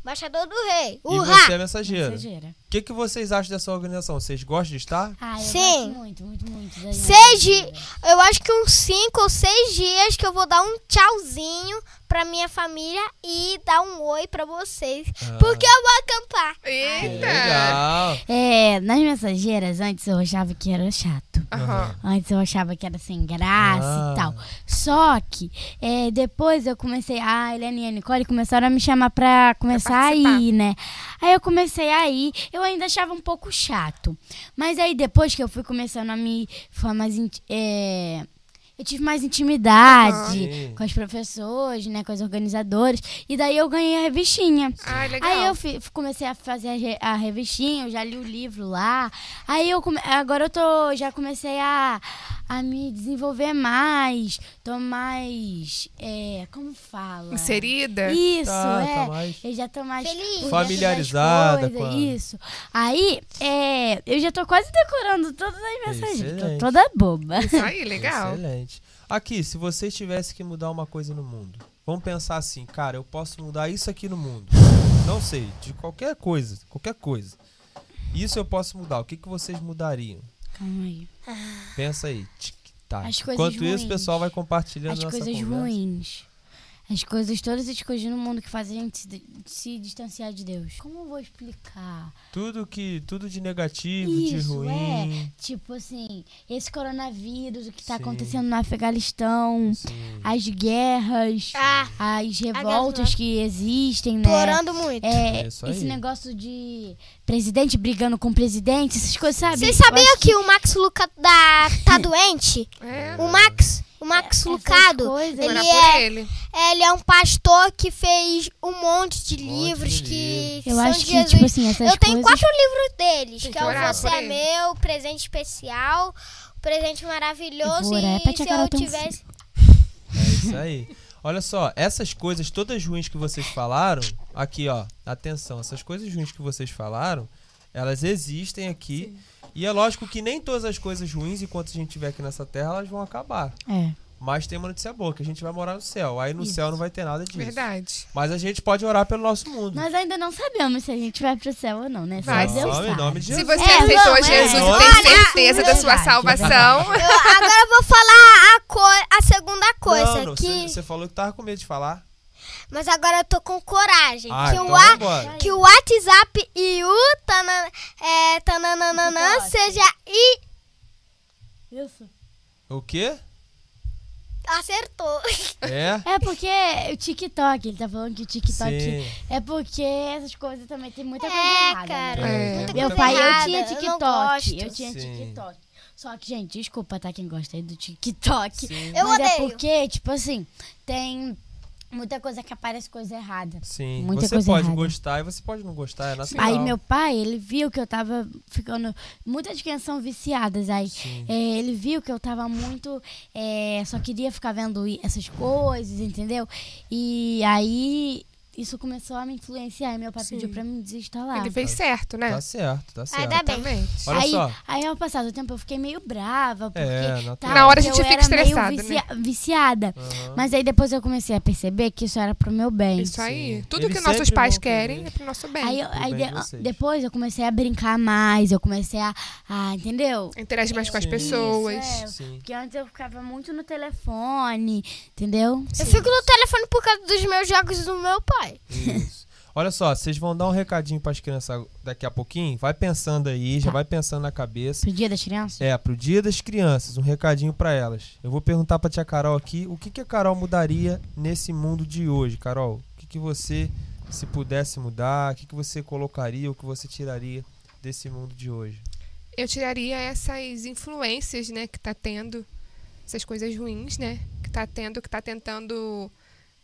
[SPEAKER 2] Embaixador do rei.
[SPEAKER 1] E
[SPEAKER 2] Urra!
[SPEAKER 1] você é mensageiro.
[SPEAKER 5] Exagera.
[SPEAKER 1] O que, que vocês acham dessa organização? Vocês gostam de estar?
[SPEAKER 5] Ah, eu
[SPEAKER 2] Sim.
[SPEAKER 5] gosto muito, muito, muito. da
[SPEAKER 2] Seis di-
[SPEAKER 5] Disney.
[SPEAKER 2] eu acho que uns 5 ou 6 dias que eu vou dar um tchauzinho pra minha família e dar um oi pra vocês.
[SPEAKER 1] Ah.
[SPEAKER 2] Porque eu vou acampar.
[SPEAKER 3] Eita.
[SPEAKER 1] Legal.
[SPEAKER 5] É, nas mensageiras, antes eu achava que era chato.
[SPEAKER 3] Aham.
[SPEAKER 5] Antes eu achava que era sem graça
[SPEAKER 1] Ah.
[SPEAKER 5] e tal. Só que é, depois eu comecei. A Helene e a Nicole começaram a me chamar pra começar a
[SPEAKER 3] participar.
[SPEAKER 5] ir, né? Aí eu comecei a ir, eu ainda achava um pouco chato. Mas aí depois que eu fui começando a me. Foi mais. inti- é, eu tive mais intimidade
[SPEAKER 1] Ah, Sim.
[SPEAKER 5] com as professoras, né? Com as organizadoras. E daí eu ganhei a revistinha.
[SPEAKER 3] Ah, legal.
[SPEAKER 5] Aí eu fi- comecei a fazer a, re- a revistinha, eu já li o livro lá. Aí eu come- agora eu tô já comecei a, a me desenvolver mais, tô mais é, como fala?
[SPEAKER 3] Inserida?
[SPEAKER 5] Isso,
[SPEAKER 1] Tá,
[SPEAKER 5] é.
[SPEAKER 1] tá mais-
[SPEAKER 5] Eu já tô mais
[SPEAKER 2] Feliz.
[SPEAKER 5] por dentro das
[SPEAKER 1] Familiarizada
[SPEAKER 5] coisas,
[SPEAKER 1] com a-
[SPEAKER 5] Isso. Aí, é, eu já tô quase decorando todas as mensagens. Tô
[SPEAKER 1] Excelente.
[SPEAKER 5] toda boba.
[SPEAKER 3] Isso aí, legal.
[SPEAKER 1] Excelente. Aqui, se vocês tivessem que mudar uma coisa no mundo, vamos pensar assim, cara, eu posso mudar isso aqui no mundo. Não sei, de qualquer coisa, qualquer coisa. Isso eu posso mudar. O que, que vocês mudariam?
[SPEAKER 5] Calma aí.
[SPEAKER 1] Pensa aí. Tic, tac.
[SPEAKER 5] As coisas
[SPEAKER 1] Enquanto isso, o
[SPEAKER 5] ruins.
[SPEAKER 1] pessoal vai compartilhando
[SPEAKER 5] as
[SPEAKER 1] nossa
[SPEAKER 5] coisas
[SPEAKER 1] conversa.
[SPEAKER 5] ruins. As coisas, todas as coisas no mundo que fazem a gente se, di- se distanciar de Deus. Como eu vou explicar?
[SPEAKER 1] Tudo que tudo de negativo, de
[SPEAKER 5] Isso, é.
[SPEAKER 1] ruim.
[SPEAKER 5] Tipo assim, esse coronavírus, o que tá
[SPEAKER 1] Sim.
[SPEAKER 5] acontecendo no Afeganistão, Sim. as guerras,
[SPEAKER 2] Ah,
[SPEAKER 5] as
[SPEAKER 2] guerra
[SPEAKER 5] revoltas
[SPEAKER 2] lá.
[SPEAKER 5] que existem, né?
[SPEAKER 2] Explorando muito.
[SPEAKER 5] É,
[SPEAKER 1] É isso aí.
[SPEAKER 5] esse negócio de presidente brigando com presidente, essas coisas, sabe?
[SPEAKER 2] Vocês
[SPEAKER 5] Eu
[SPEAKER 2] sabiam
[SPEAKER 5] acho
[SPEAKER 2] que o Max Luca da- tá doente?
[SPEAKER 3] É.
[SPEAKER 2] O Max, o O Max
[SPEAKER 5] Essas
[SPEAKER 2] Lucado,
[SPEAKER 5] coisas.
[SPEAKER 2] Ele
[SPEAKER 3] Orar
[SPEAKER 2] é-
[SPEAKER 3] por ele.
[SPEAKER 2] ele é um pastor que fez um monte
[SPEAKER 1] monte de
[SPEAKER 2] de livros que
[SPEAKER 5] Eu
[SPEAKER 2] são
[SPEAKER 5] acho
[SPEAKER 2] de
[SPEAKER 5] que,
[SPEAKER 2] Jesus.
[SPEAKER 5] tipo assim, essas
[SPEAKER 2] Eu tenho
[SPEAKER 5] coisas...
[SPEAKER 2] quatro livros deles,
[SPEAKER 3] Tem
[SPEAKER 2] que
[SPEAKER 3] que
[SPEAKER 2] é o
[SPEAKER 3] orar
[SPEAKER 2] Você
[SPEAKER 3] por
[SPEAKER 2] é
[SPEAKER 3] ele.
[SPEAKER 2] Meu, Presente Especial, Presente
[SPEAKER 5] Eu
[SPEAKER 2] Maravilhoso
[SPEAKER 5] vou orar pra
[SPEAKER 2] e
[SPEAKER 5] te
[SPEAKER 2] Se
[SPEAKER 5] acabar
[SPEAKER 2] Eu
[SPEAKER 5] tão
[SPEAKER 2] Tivesse...
[SPEAKER 1] É isso aí. Olha só, essas coisas todas ruins que vocês falaram, aqui ó, atenção, essas coisas ruins que vocês falaram, elas existem aqui. E é lógico que nem todas as coisas ruins, enquanto a gente estiver aqui nessa terra, elas vão acabar.
[SPEAKER 5] É.
[SPEAKER 1] Mas tem uma notícia boa, que a gente vai morar no céu. Aí no céu não vai ter nada disso.
[SPEAKER 3] Verdade.
[SPEAKER 1] Mas a gente pode orar pelo nosso mundo.
[SPEAKER 5] Nós ainda não sabemos se a gente vai pro céu ou não, né? Só
[SPEAKER 3] Vai,
[SPEAKER 1] Em
[SPEAKER 5] Deus
[SPEAKER 1] nome- em
[SPEAKER 5] sabe.
[SPEAKER 1] nome de
[SPEAKER 3] Se
[SPEAKER 1] Jesus.
[SPEAKER 3] você
[SPEAKER 5] É,
[SPEAKER 3] aceitou
[SPEAKER 5] não, é.
[SPEAKER 3] Jesus e
[SPEAKER 1] Olha,
[SPEAKER 3] tem certeza da sua
[SPEAKER 5] verdade,
[SPEAKER 3] salvação,
[SPEAKER 2] Eu- agora eu vou falar a, co- a segunda coisa.
[SPEAKER 1] não,
[SPEAKER 2] que...
[SPEAKER 1] você, você falou que tava com medo de falar.
[SPEAKER 2] Mas agora eu tô com coragem.
[SPEAKER 1] Ah,
[SPEAKER 2] que,
[SPEAKER 1] então
[SPEAKER 2] o wa-
[SPEAKER 1] vambora.
[SPEAKER 2] que o WhatsApp e o tana, é, tananana seja e
[SPEAKER 5] Isso.
[SPEAKER 1] O quê?
[SPEAKER 2] acertou.
[SPEAKER 1] É?
[SPEAKER 5] É porque o TikTok, ele tá falando que o TikTok...
[SPEAKER 1] Sim.
[SPEAKER 5] É porque essas coisas também tem muita coisa
[SPEAKER 2] É,
[SPEAKER 5] errada,
[SPEAKER 2] cara.
[SPEAKER 5] né?
[SPEAKER 1] É,
[SPEAKER 2] muita
[SPEAKER 5] Meu
[SPEAKER 2] coisa
[SPEAKER 5] pai, eu
[SPEAKER 2] errada,
[SPEAKER 5] tinha
[SPEAKER 2] eu não
[SPEAKER 5] TikTok. Eu,
[SPEAKER 2] gosto.
[SPEAKER 5] tinha
[SPEAKER 1] Sim.
[SPEAKER 5] TikTok. Só que, gente, desculpa, tá? Quem gosta aí do TikTok.
[SPEAKER 1] Sim.
[SPEAKER 2] Eu
[SPEAKER 5] Mas é
[SPEAKER 2] odeio.
[SPEAKER 5] porque, tipo assim, tem muita coisa que aparece coisa errada.
[SPEAKER 1] Sim.
[SPEAKER 5] Muita
[SPEAKER 1] você
[SPEAKER 5] coisa
[SPEAKER 1] pode
[SPEAKER 5] errada.
[SPEAKER 1] gostar e você pode não gostar, é natural.
[SPEAKER 5] Aí meu pai, ele viu que eu tava ficando. Muitas crianças são viciadas. Aí
[SPEAKER 1] Sim.
[SPEAKER 5] é, ele viu que eu tava muito. é, só queria ficar vendo i- essas coisas, entendeu? E aí isso começou a me influenciar. E meu pai pediu pra me desinstalar.
[SPEAKER 3] ele fez certo, né?
[SPEAKER 1] Tá certo, tá certo.
[SPEAKER 2] Vai dar bem.
[SPEAKER 3] Exatamente.
[SPEAKER 1] Olha
[SPEAKER 5] aí,
[SPEAKER 1] só.
[SPEAKER 5] aí, ao passar do tempo, eu fiquei meio brava. Porque,
[SPEAKER 1] É, natural.
[SPEAKER 5] tal,
[SPEAKER 3] Na hora a
[SPEAKER 5] porque
[SPEAKER 3] gente
[SPEAKER 5] eu
[SPEAKER 3] fica
[SPEAKER 5] era meio
[SPEAKER 3] estressado, né?
[SPEAKER 5] vicia- Viciada.
[SPEAKER 1] Aham.
[SPEAKER 5] Mas aí depois eu comecei a perceber que isso era pro meu bem.
[SPEAKER 3] Isso aí.
[SPEAKER 1] Sim.
[SPEAKER 3] Tudo
[SPEAKER 1] Eles
[SPEAKER 3] que nossos
[SPEAKER 1] sempre
[SPEAKER 3] pais
[SPEAKER 1] vão querer.
[SPEAKER 3] querem é pro nosso bem.
[SPEAKER 5] Aí, eu-
[SPEAKER 1] Pro
[SPEAKER 5] aí
[SPEAKER 1] bem
[SPEAKER 5] de-
[SPEAKER 1] de vocês.
[SPEAKER 5] depois eu comecei a brincar mais, eu comecei a, a entendeu?
[SPEAKER 3] Interage mais com as
[SPEAKER 1] Sim.
[SPEAKER 3] pessoas.
[SPEAKER 5] Isso, é.
[SPEAKER 1] Sim.
[SPEAKER 5] Porque antes eu ficava muito no telefone, entendeu?
[SPEAKER 2] Eu fico no telefone por causa dos meus jogos do meu pai.
[SPEAKER 1] Isso. Olha só, vocês vão dar um recadinho para as crianças daqui a pouquinho? Vai pensando aí,
[SPEAKER 5] Tá.
[SPEAKER 1] já vai pensando na cabeça.
[SPEAKER 5] Pro dia das crianças.
[SPEAKER 1] É, pro Dia das Crianças, um recadinho para elas. Eu vou perguntar pra tia Carol aqui, o que que a Carol mudaria nesse mundo de hoje, Carol? O que que você se pudesse mudar, o que que você colocaria, o que você tiraria desse mundo de hoje?
[SPEAKER 3] Eu tiraria essas influências, né, que tá tendo, essas coisas ruins, né, que tá tendo, que tá tentando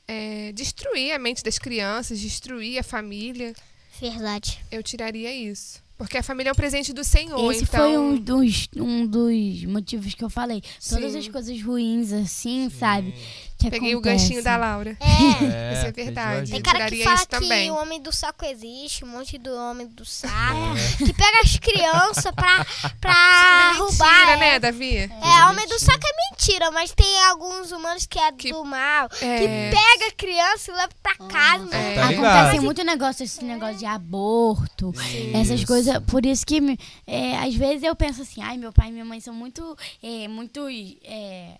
[SPEAKER 3] é, destruir a mente das crianças, destruir a família.
[SPEAKER 2] Verdade.
[SPEAKER 3] Eu tiraria isso. Porque a família é um presente do Senhor,
[SPEAKER 5] Esse
[SPEAKER 3] então.
[SPEAKER 5] foi um dos, um dos motivos que eu falei. Todas
[SPEAKER 3] Sim.
[SPEAKER 5] as coisas ruins, assim, sabe? Que
[SPEAKER 3] Peguei o
[SPEAKER 5] acontecem.
[SPEAKER 3] ganchinho da Laura.
[SPEAKER 2] É.
[SPEAKER 1] É,
[SPEAKER 3] Isso é
[SPEAKER 1] pediu
[SPEAKER 3] verdade.
[SPEAKER 1] ajuda.
[SPEAKER 2] Tem cara que
[SPEAKER 3] Tiraria
[SPEAKER 2] fala
[SPEAKER 3] isso
[SPEAKER 2] que
[SPEAKER 3] também.
[SPEAKER 2] o homem do saco existe, um monte do homem do saco. Que pega as crianças pra,
[SPEAKER 5] Ah,
[SPEAKER 2] pra roubar.
[SPEAKER 3] É. Mentira,
[SPEAKER 2] é.
[SPEAKER 3] né, Davi? É.
[SPEAKER 2] É, homem do saco é mentira, mas tem alguns humanos que é
[SPEAKER 3] Que- Ah.
[SPEAKER 2] do mal. Que
[SPEAKER 3] É,
[SPEAKER 2] pega a criança e leva pra casa. mas
[SPEAKER 1] Tá
[SPEAKER 5] Acontece
[SPEAKER 1] ligado.
[SPEAKER 5] É, muito negócio, esse negócio de aborto,
[SPEAKER 1] Isso.
[SPEAKER 5] essas coisas. Por isso que me- é, às vezes eu penso assim, ai, meu pai e minha mãe são muito. É, muito é,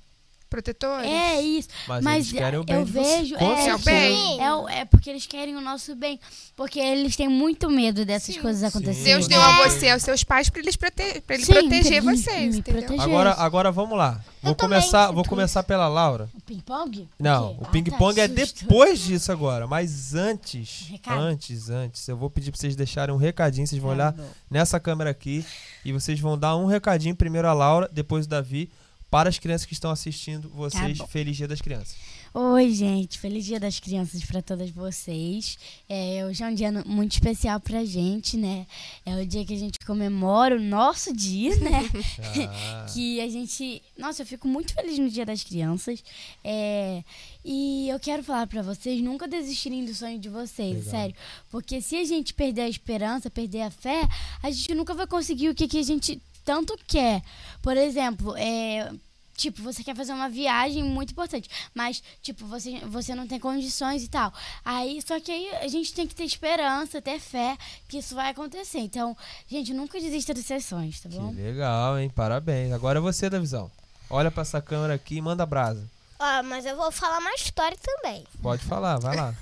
[SPEAKER 3] Protetores?
[SPEAKER 5] é isso.
[SPEAKER 1] Mas
[SPEAKER 5] Mas,
[SPEAKER 1] eles querem o bem
[SPEAKER 5] eu
[SPEAKER 1] de você.
[SPEAKER 5] vejo.
[SPEAKER 1] Com
[SPEAKER 5] é,
[SPEAKER 3] certeza.
[SPEAKER 5] que-
[SPEAKER 3] Bem.
[SPEAKER 5] é o- é porque eles querem o nosso bem. Porque eles têm muito medo dessas
[SPEAKER 3] Sim.
[SPEAKER 5] coisas acontecerem.
[SPEAKER 3] Deus deu a você, aos seus pais, pra eles, prote pra ele
[SPEAKER 5] Sim,
[SPEAKER 3] proteger
[SPEAKER 5] pra ele
[SPEAKER 3] vocês,
[SPEAKER 5] me
[SPEAKER 3] entendeu?
[SPEAKER 5] proteger.
[SPEAKER 1] Agora, agora vamos lá. Vou
[SPEAKER 2] também,
[SPEAKER 1] começar,
[SPEAKER 2] se
[SPEAKER 1] vou
[SPEAKER 2] tu-
[SPEAKER 1] começar pela Laura.
[SPEAKER 5] O ping-pong?
[SPEAKER 1] Não, o
[SPEAKER 5] quê? Ah, tá,
[SPEAKER 1] ping-pong é
[SPEAKER 5] susto.
[SPEAKER 1] depois disso agora, mas antes,
[SPEAKER 5] Recado.
[SPEAKER 1] antes, antes, eu vou pedir pra vocês deixarem um recadinho, vocês vão olhar nessa câmera aqui e vocês vão dar um recadinho primeiro a Laura, depois o Davi, para as crianças que estão assistindo vocês,
[SPEAKER 5] Tá bom.
[SPEAKER 1] feliz dia das crianças.
[SPEAKER 5] Oi, gente. Feliz Dia das Crianças para todas vocês. É, hoje é um dia no- muito especial pra gente, né? É o dia que a gente comemora o nosso dia, né?
[SPEAKER 1] Ah,
[SPEAKER 5] que a gente. Nossa, eu fico muito feliz no Dia das Crianças. É, e eu quero falar pra vocês nunca desistirem do sonho de vocês,
[SPEAKER 1] Legal.
[SPEAKER 5] sério. Porque se a gente perder a esperança, perder a fé, a gente nunca vai conseguir o que, que a gente tanto quer. Por exemplo, é. Tipo, você quer fazer uma viagem muito importante, mas, tipo, você, você não tem condições e tal. Aí, só que aí a gente tem que ter esperança, ter fé que isso vai acontecer. Então, gente, nunca desista dos seus sonhos, tá
[SPEAKER 1] que
[SPEAKER 5] bom?
[SPEAKER 1] legal, hein? Parabéns. Agora é você, Davizão. Olha pra essa câmera aqui e manda brasa.
[SPEAKER 2] Ó, mas eu vou falar uma história também.
[SPEAKER 1] Pode falar, vai lá.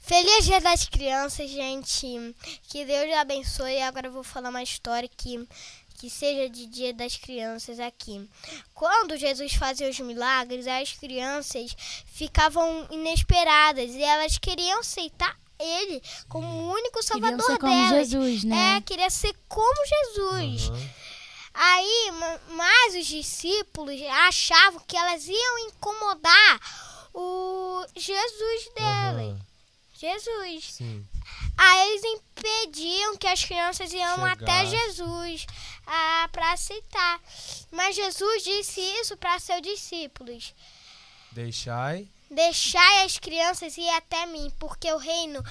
[SPEAKER 2] Feliz Dia das Crianças, gente. Que Deus abençoe. Agora eu vou falar uma história que, que seja de Dia das Crianças aqui. Quando Jesus fazia os milagres, as crianças ficavam inesperadas e elas queriam aceitar ele como o único
[SPEAKER 5] Queriam
[SPEAKER 2] salvador
[SPEAKER 5] ser como
[SPEAKER 2] delas.
[SPEAKER 5] Jesus,
[SPEAKER 2] É,
[SPEAKER 5] né?
[SPEAKER 2] queria ser como Jesus.
[SPEAKER 1] Aham.
[SPEAKER 2] Aí, ma- mas os discípulos achavam que elas iam incomodar o Jesus delas.
[SPEAKER 1] Aham,
[SPEAKER 2] Jesus.
[SPEAKER 1] sim.
[SPEAKER 2] Aí eles impediam que as crianças iam
[SPEAKER 1] Chegar.
[SPEAKER 2] até Jesus para aceitar. Mas Jesus disse isso para seus discípulos:
[SPEAKER 1] Deixai.
[SPEAKER 2] Deixai as crianças ir até mim, porque o reino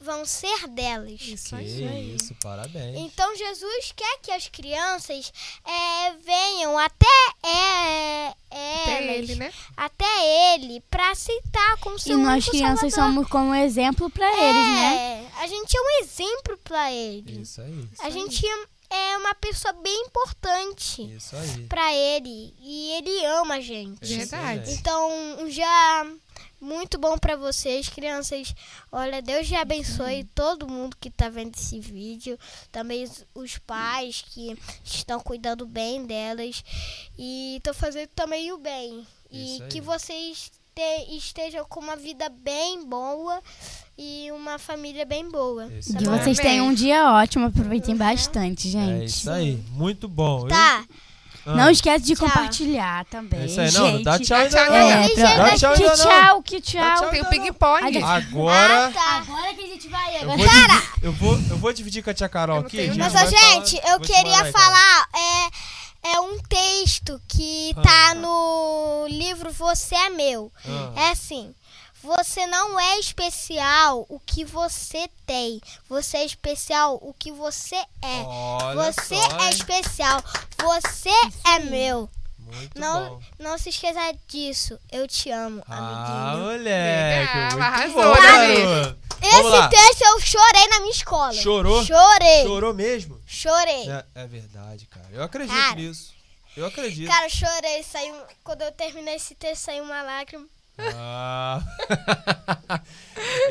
[SPEAKER 2] vão ser delas.
[SPEAKER 3] Isso
[SPEAKER 1] Que
[SPEAKER 3] aí.
[SPEAKER 1] isso, parabéns.
[SPEAKER 2] Então Jesus quer que as crianças é, venham até, é, é,
[SPEAKER 3] Até
[SPEAKER 2] elas,
[SPEAKER 3] ele, né?
[SPEAKER 2] até ele, para aceitar como
[SPEAKER 5] E
[SPEAKER 2] seu
[SPEAKER 5] nós
[SPEAKER 2] único
[SPEAKER 5] crianças
[SPEAKER 2] salvador.
[SPEAKER 5] somos como exemplo pra eles, né?
[SPEAKER 2] É, a gente é um exemplo para eles.
[SPEAKER 1] Isso aí.
[SPEAKER 2] A gente é uma pessoa bem importante
[SPEAKER 1] Isso aí. É
[SPEAKER 2] pra ele e ele ama a gente.
[SPEAKER 3] Verdade.
[SPEAKER 1] Excelente.
[SPEAKER 2] Então, já muito bom pra vocês, crianças. Olha, Deus já
[SPEAKER 1] Uhum.
[SPEAKER 2] abençoe todo mundo que tá vendo esse vídeo, também os- os pais que estão cuidando bem delas e tô fazendo também o bem. E
[SPEAKER 1] Isso aí.
[SPEAKER 2] que vocês te- estejam com uma vida bem boa e uma família bem boa. Tá
[SPEAKER 1] Isso
[SPEAKER 5] Que
[SPEAKER 1] aí.
[SPEAKER 5] vocês tenham um dia ótimo,
[SPEAKER 2] Uhum.
[SPEAKER 5] aproveitem bastante,
[SPEAKER 1] É
[SPEAKER 5] gente.
[SPEAKER 1] isso aí. Muito bom.
[SPEAKER 2] Tá.
[SPEAKER 1] Eu-
[SPEAKER 5] Não esquece de
[SPEAKER 2] Tchau.
[SPEAKER 5] compartilhar também,
[SPEAKER 1] É isso aí.
[SPEAKER 5] gente.
[SPEAKER 1] Não, não dá tchau ainda
[SPEAKER 3] Tchau,
[SPEAKER 1] não.
[SPEAKER 3] tchau.
[SPEAKER 5] É,
[SPEAKER 2] Ei,
[SPEAKER 5] pra-
[SPEAKER 1] gente,
[SPEAKER 5] Dá
[SPEAKER 1] que
[SPEAKER 5] que tchau,
[SPEAKER 1] tchau,
[SPEAKER 5] que tchau.
[SPEAKER 1] tchau.
[SPEAKER 3] Tem o
[SPEAKER 1] Não,
[SPEAKER 3] ping-pong.
[SPEAKER 5] não.
[SPEAKER 1] Agora...
[SPEAKER 2] Ah, tá.
[SPEAKER 5] Agora que a gente vai,
[SPEAKER 1] Eu
[SPEAKER 5] agora.
[SPEAKER 1] vou, divi- eu, vou, eu vou dividir com a tia Carol
[SPEAKER 3] Eu não
[SPEAKER 1] aqui.
[SPEAKER 3] tenho
[SPEAKER 1] a
[SPEAKER 2] Mas,
[SPEAKER 1] vai
[SPEAKER 2] ó, gente,
[SPEAKER 1] falar- então.
[SPEAKER 2] eu
[SPEAKER 1] vou te mandar
[SPEAKER 2] queria
[SPEAKER 1] aí, Carol.
[SPEAKER 2] falar é, é um texto que
[SPEAKER 1] Ah.
[SPEAKER 2] tá no livro Você é Meu.
[SPEAKER 1] Ah.
[SPEAKER 2] É assim. Você não é especial o que você tem. Você é especial o que você é.
[SPEAKER 1] Olha
[SPEAKER 2] você
[SPEAKER 1] só,
[SPEAKER 2] é
[SPEAKER 1] hein?
[SPEAKER 2] especial. Você é meu.
[SPEAKER 1] Muito
[SPEAKER 2] Não,
[SPEAKER 1] bom.
[SPEAKER 2] não se esqueça disso. Eu te amo,
[SPEAKER 1] Ah,
[SPEAKER 2] amiguinho.
[SPEAKER 1] moleque.
[SPEAKER 3] Legal,
[SPEAKER 1] muito
[SPEAKER 3] arrasou,
[SPEAKER 1] bom,
[SPEAKER 3] né,
[SPEAKER 1] garoto. Vamos lá.
[SPEAKER 2] Esse texto eu chorei na minha escola.
[SPEAKER 1] Chorou?
[SPEAKER 2] Chorei.
[SPEAKER 1] Chorou mesmo?
[SPEAKER 2] Chorei.
[SPEAKER 1] É, é verdade, cara. Eu acredito
[SPEAKER 2] Cara.
[SPEAKER 1] nisso. Eu acredito.
[SPEAKER 2] Cara, eu chorei, saiu. Quando eu terminei esse texto, saiu uma lágrima.
[SPEAKER 1] Ah.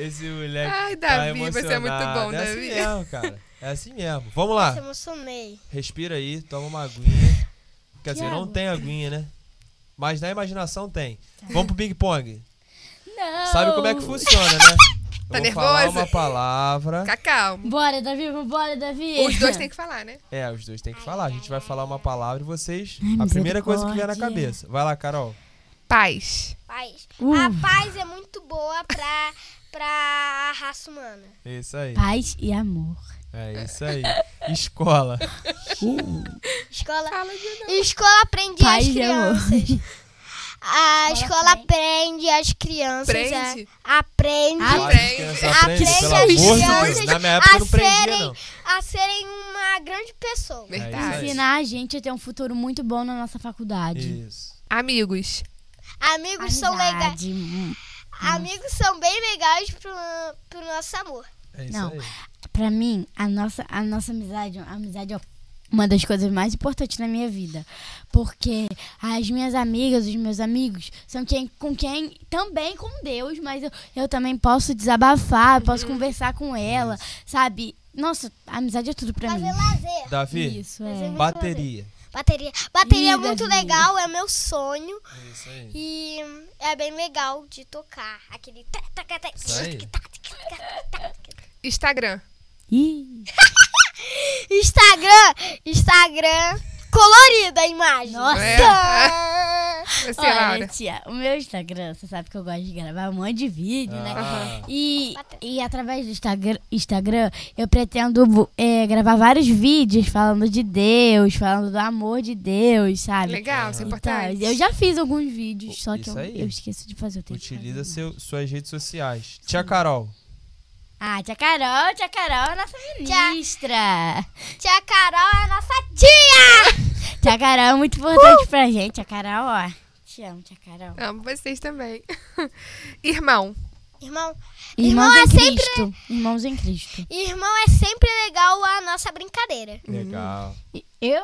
[SPEAKER 1] Esse moleque.
[SPEAKER 3] Ai,
[SPEAKER 1] tá
[SPEAKER 3] Davi, você é muito
[SPEAKER 1] emocionado.
[SPEAKER 3] bom,
[SPEAKER 1] é
[SPEAKER 3] Davi.
[SPEAKER 1] assim mesmo, cara. É assim mesmo. Vamos
[SPEAKER 2] Se
[SPEAKER 1] lá.
[SPEAKER 2] emocionei.
[SPEAKER 1] Respira aí, toma uma aguinha. Quer dizer, não tem aguinha, né? Mas na imaginação tem.
[SPEAKER 2] Tá.
[SPEAKER 1] Vamos pro Big Pong.
[SPEAKER 5] Não.
[SPEAKER 1] Sabe como é que funciona, né?
[SPEAKER 3] Tá
[SPEAKER 1] eu vou falar
[SPEAKER 3] nervosa?
[SPEAKER 1] uma palavra.
[SPEAKER 3] Fica calmo.
[SPEAKER 5] Bora, Davi, bora, Davi.
[SPEAKER 3] Os dois têm que falar, né?
[SPEAKER 1] É, os dois têm que falar. A gente vai falar uma palavra e vocês. a primeira
[SPEAKER 5] misericórdia.
[SPEAKER 1] coisa que vier na cabeça. Vai lá, Carol.
[SPEAKER 3] Paz.
[SPEAKER 2] Paz.
[SPEAKER 5] Uh.
[SPEAKER 2] A paz é muito boa pra, pra raça humana.
[SPEAKER 1] É Isso aí.
[SPEAKER 5] Paz e amor.
[SPEAKER 1] É isso aí. Escola.
[SPEAKER 2] Escola,
[SPEAKER 3] Fala de novo.
[SPEAKER 2] escola aprende
[SPEAKER 5] Paz
[SPEAKER 2] as
[SPEAKER 5] e amor.
[SPEAKER 2] crianças. A escola aprende as crianças.
[SPEAKER 3] Prende?
[SPEAKER 2] A, aprende.
[SPEAKER 1] Claro que criança aprende,
[SPEAKER 2] Aprende
[SPEAKER 1] pelo
[SPEAKER 2] as
[SPEAKER 1] amor de Deus.
[SPEAKER 2] crianças
[SPEAKER 1] Na minha época eu não
[SPEAKER 2] a
[SPEAKER 1] prendia,
[SPEAKER 2] serem-
[SPEAKER 1] não.
[SPEAKER 2] A serem uma grande pessoa.
[SPEAKER 1] É
[SPEAKER 3] Verdade.
[SPEAKER 1] isso
[SPEAKER 5] Ensinar a gente a ter um futuro muito bom na nossa faculdade.
[SPEAKER 1] Isso.
[SPEAKER 3] Amigos.
[SPEAKER 2] Amigos são legais.
[SPEAKER 5] Amizade, hum.
[SPEAKER 2] Amigos são bem legais pro, pro nosso amor.
[SPEAKER 1] É isso
[SPEAKER 5] Não.
[SPEAKER 1] aí.
[SPEAKER 5] Pra mim, a nossa, a nossa amizade, a amizade é uma das coisas mais importantes na minha vida. Porque as minhas amigas, os meus amigos, são quem, com quem, também com Deus, mas eu, eu também posso desabafar, eu posso conversar com ela, sabe? Nossa, a amizade é tudo pra
[SPEAKER 2] Fazer
[SPEAKER 5] mim.
[SPEAKER 2] lazer.
[SPEAKER 1] Davi,
[SPEAKER 5] Isso, é.
[SPEAKER 1] bateria.
[SPEAKER 2] Bateria. Bateria é
[SPEAKER 5] Ih,
[SPEAKER 2] muito
[SPEAKER 5] Davi.
[SPEAKER 2] legal, é meu sonho.
[SPEAKER 1] É isso aí.
[SPEAKER 2] E é bem legal de tocar. Aquele. tac, tac, tac,
[SPEAKER 1] Isso aí.
[SPEAKER 2] tic, tac, tic, tac, tac.
[SPEAKER 3] Instagram.
[SPEAKER 5] Ih,
[SPEAKER 2] Instagram! Instagram! Colorida a imagem.
[SPEAKER 5] Nossa.
[SPEAKER 3] É.
[SPEAKER 2] Tã.
[SPEAKER 3] Tá. Você,
[SPEAKER 5] olha,
[SPEAKER 3] Laura.
[SPEAKER 5] tia, o meu Instagram, você sabe que eu gosto de gravar um monte de vídeo, né?
[SPEAKER 1] Ah,
[SPEAKER 5] E, e através do Instagram, Instagram eu pretendo vo- é, gravar vários vídeos falando de Deus, falando do amor de Deus, sabe?
[SPEAKER 3] Legal, isso é
[SPEAKER 5] Então,
[SPEAKER 3] importante.
[SPEAKER 5] eu já fiz alguns vídeos, só que
[SPEAKER 1] Isso
[SPEAKER 5] eu,
[SPEAKER 1] aí.
[SPEAKER 5] eu esqueço de fazer o tempo.
[SPEAKER 1] utiliza seu- suas redes sociais. Tia Carol.
[SPEAKER 5] Ah, tia Carol, tia Carol é nossa ministra.
[SPEAKER 2] Tia Carol é nossa tia!
[SPEAKER 5] Tia Carol é muito importante pra gente. Tia Carol, ó. Te amo, tia Carol.
[SPEAKER 3] Amo vocês também. Irmão.
[SPEAKER 2] Irmão, Irmão
[SPEAKER 5] Irmãos
[SPEAKER 2] é
[SPEAKER 5] em
[SPEAKER 2] sempre-
[SPEAKER 5] Cristo. Irmãos em Cristo.
[SPEAKER 2] irmão é sempre legal a nossa brincadeira.
[SPEAKER 5] Uhum.
[SPEAKER 1] Legal.
[SPEAKER 5] E Eu,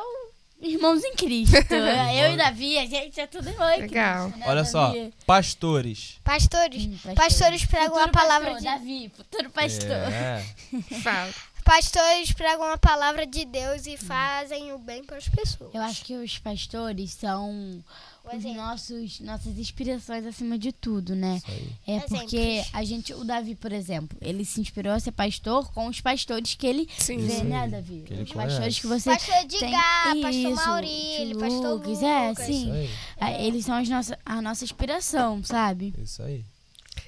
[SPEAKER 5] irmãos em Cristo. eu e Davi, a gente é tudo irmão em Cristo,
[SPEAKER 3] Legal.
[SPEAKER 5] né,
[SPEAKER 1] Olha só,
[SPEAKER 5] Davi?
[SPEAKER 1] pastores.
[SPEAKER 2] Pastores,
[SPEAKER 5] Hum, pastores.
[SPEAKER 2] pastores pregam a
[SPEAKER 5] Futuro
[SPEAKER 2] palavra
[SPEAKER 5] pastor,
[SPEAKER 2] de
[SPEAKER 5] Davi, futuro pastor.
[SPEAKER 1] É.
[SPEAKER 3] Fala.
[SPEAKER 2] Pastores pregam a
[SPEAKER 5] Hum.
[SPEAKER 2] palavra de Deus e fazem o bem para as pessoas.
[SPEAKER 5] Eu acho que os pastores são
[SPEAKER 2] Pois
[SPEAKER 5] os
[SPEAKER 2] é.
[SPEAKER 5] nossos, nossas inspirações acima de tudo, né?
[SPEAKER 1] Isso aí.
[SPEAKER 5] É
[SPEAKER 2] Exemplos.
[SPEAKER 5] porque a gente, o Davi, por exemplo, ele se inspirou a ser pastor com os pastores que ele
[SPEAKER 3] Sim.
[SPEAKER 5] vê,
[SPEAKER 1] Isso
[SPEAKER 5] né,
[SPEAKER 1] aí,
[SPEAKER 5] Davi?
[SPEAKER 1] que ele
[SPEAKER 5] os pastores
[SPEAKER 1] conhece.
[SPEAKER 5] que você
[SPEAKER 2] Pastor Edgar,
[SPEAKER 5] tem
[SPEAKER 2] pastor
[SPEAKER 5] isso,
[SPEAKER 2] Maurílio,
[SPEAKER 5] tio
[SPEAKER 2] pastor
[SPEAKER 5] Lucas, é,
[SPEAKER 2] Lucas.
[SPEAKER 5] sim.
[SPEAKER 1] Isso aí.
[SPEAKER 5] Ah, Eles são as nossa, a nossa inspiração, sabe?
[SPEAKER 1] Isso aí.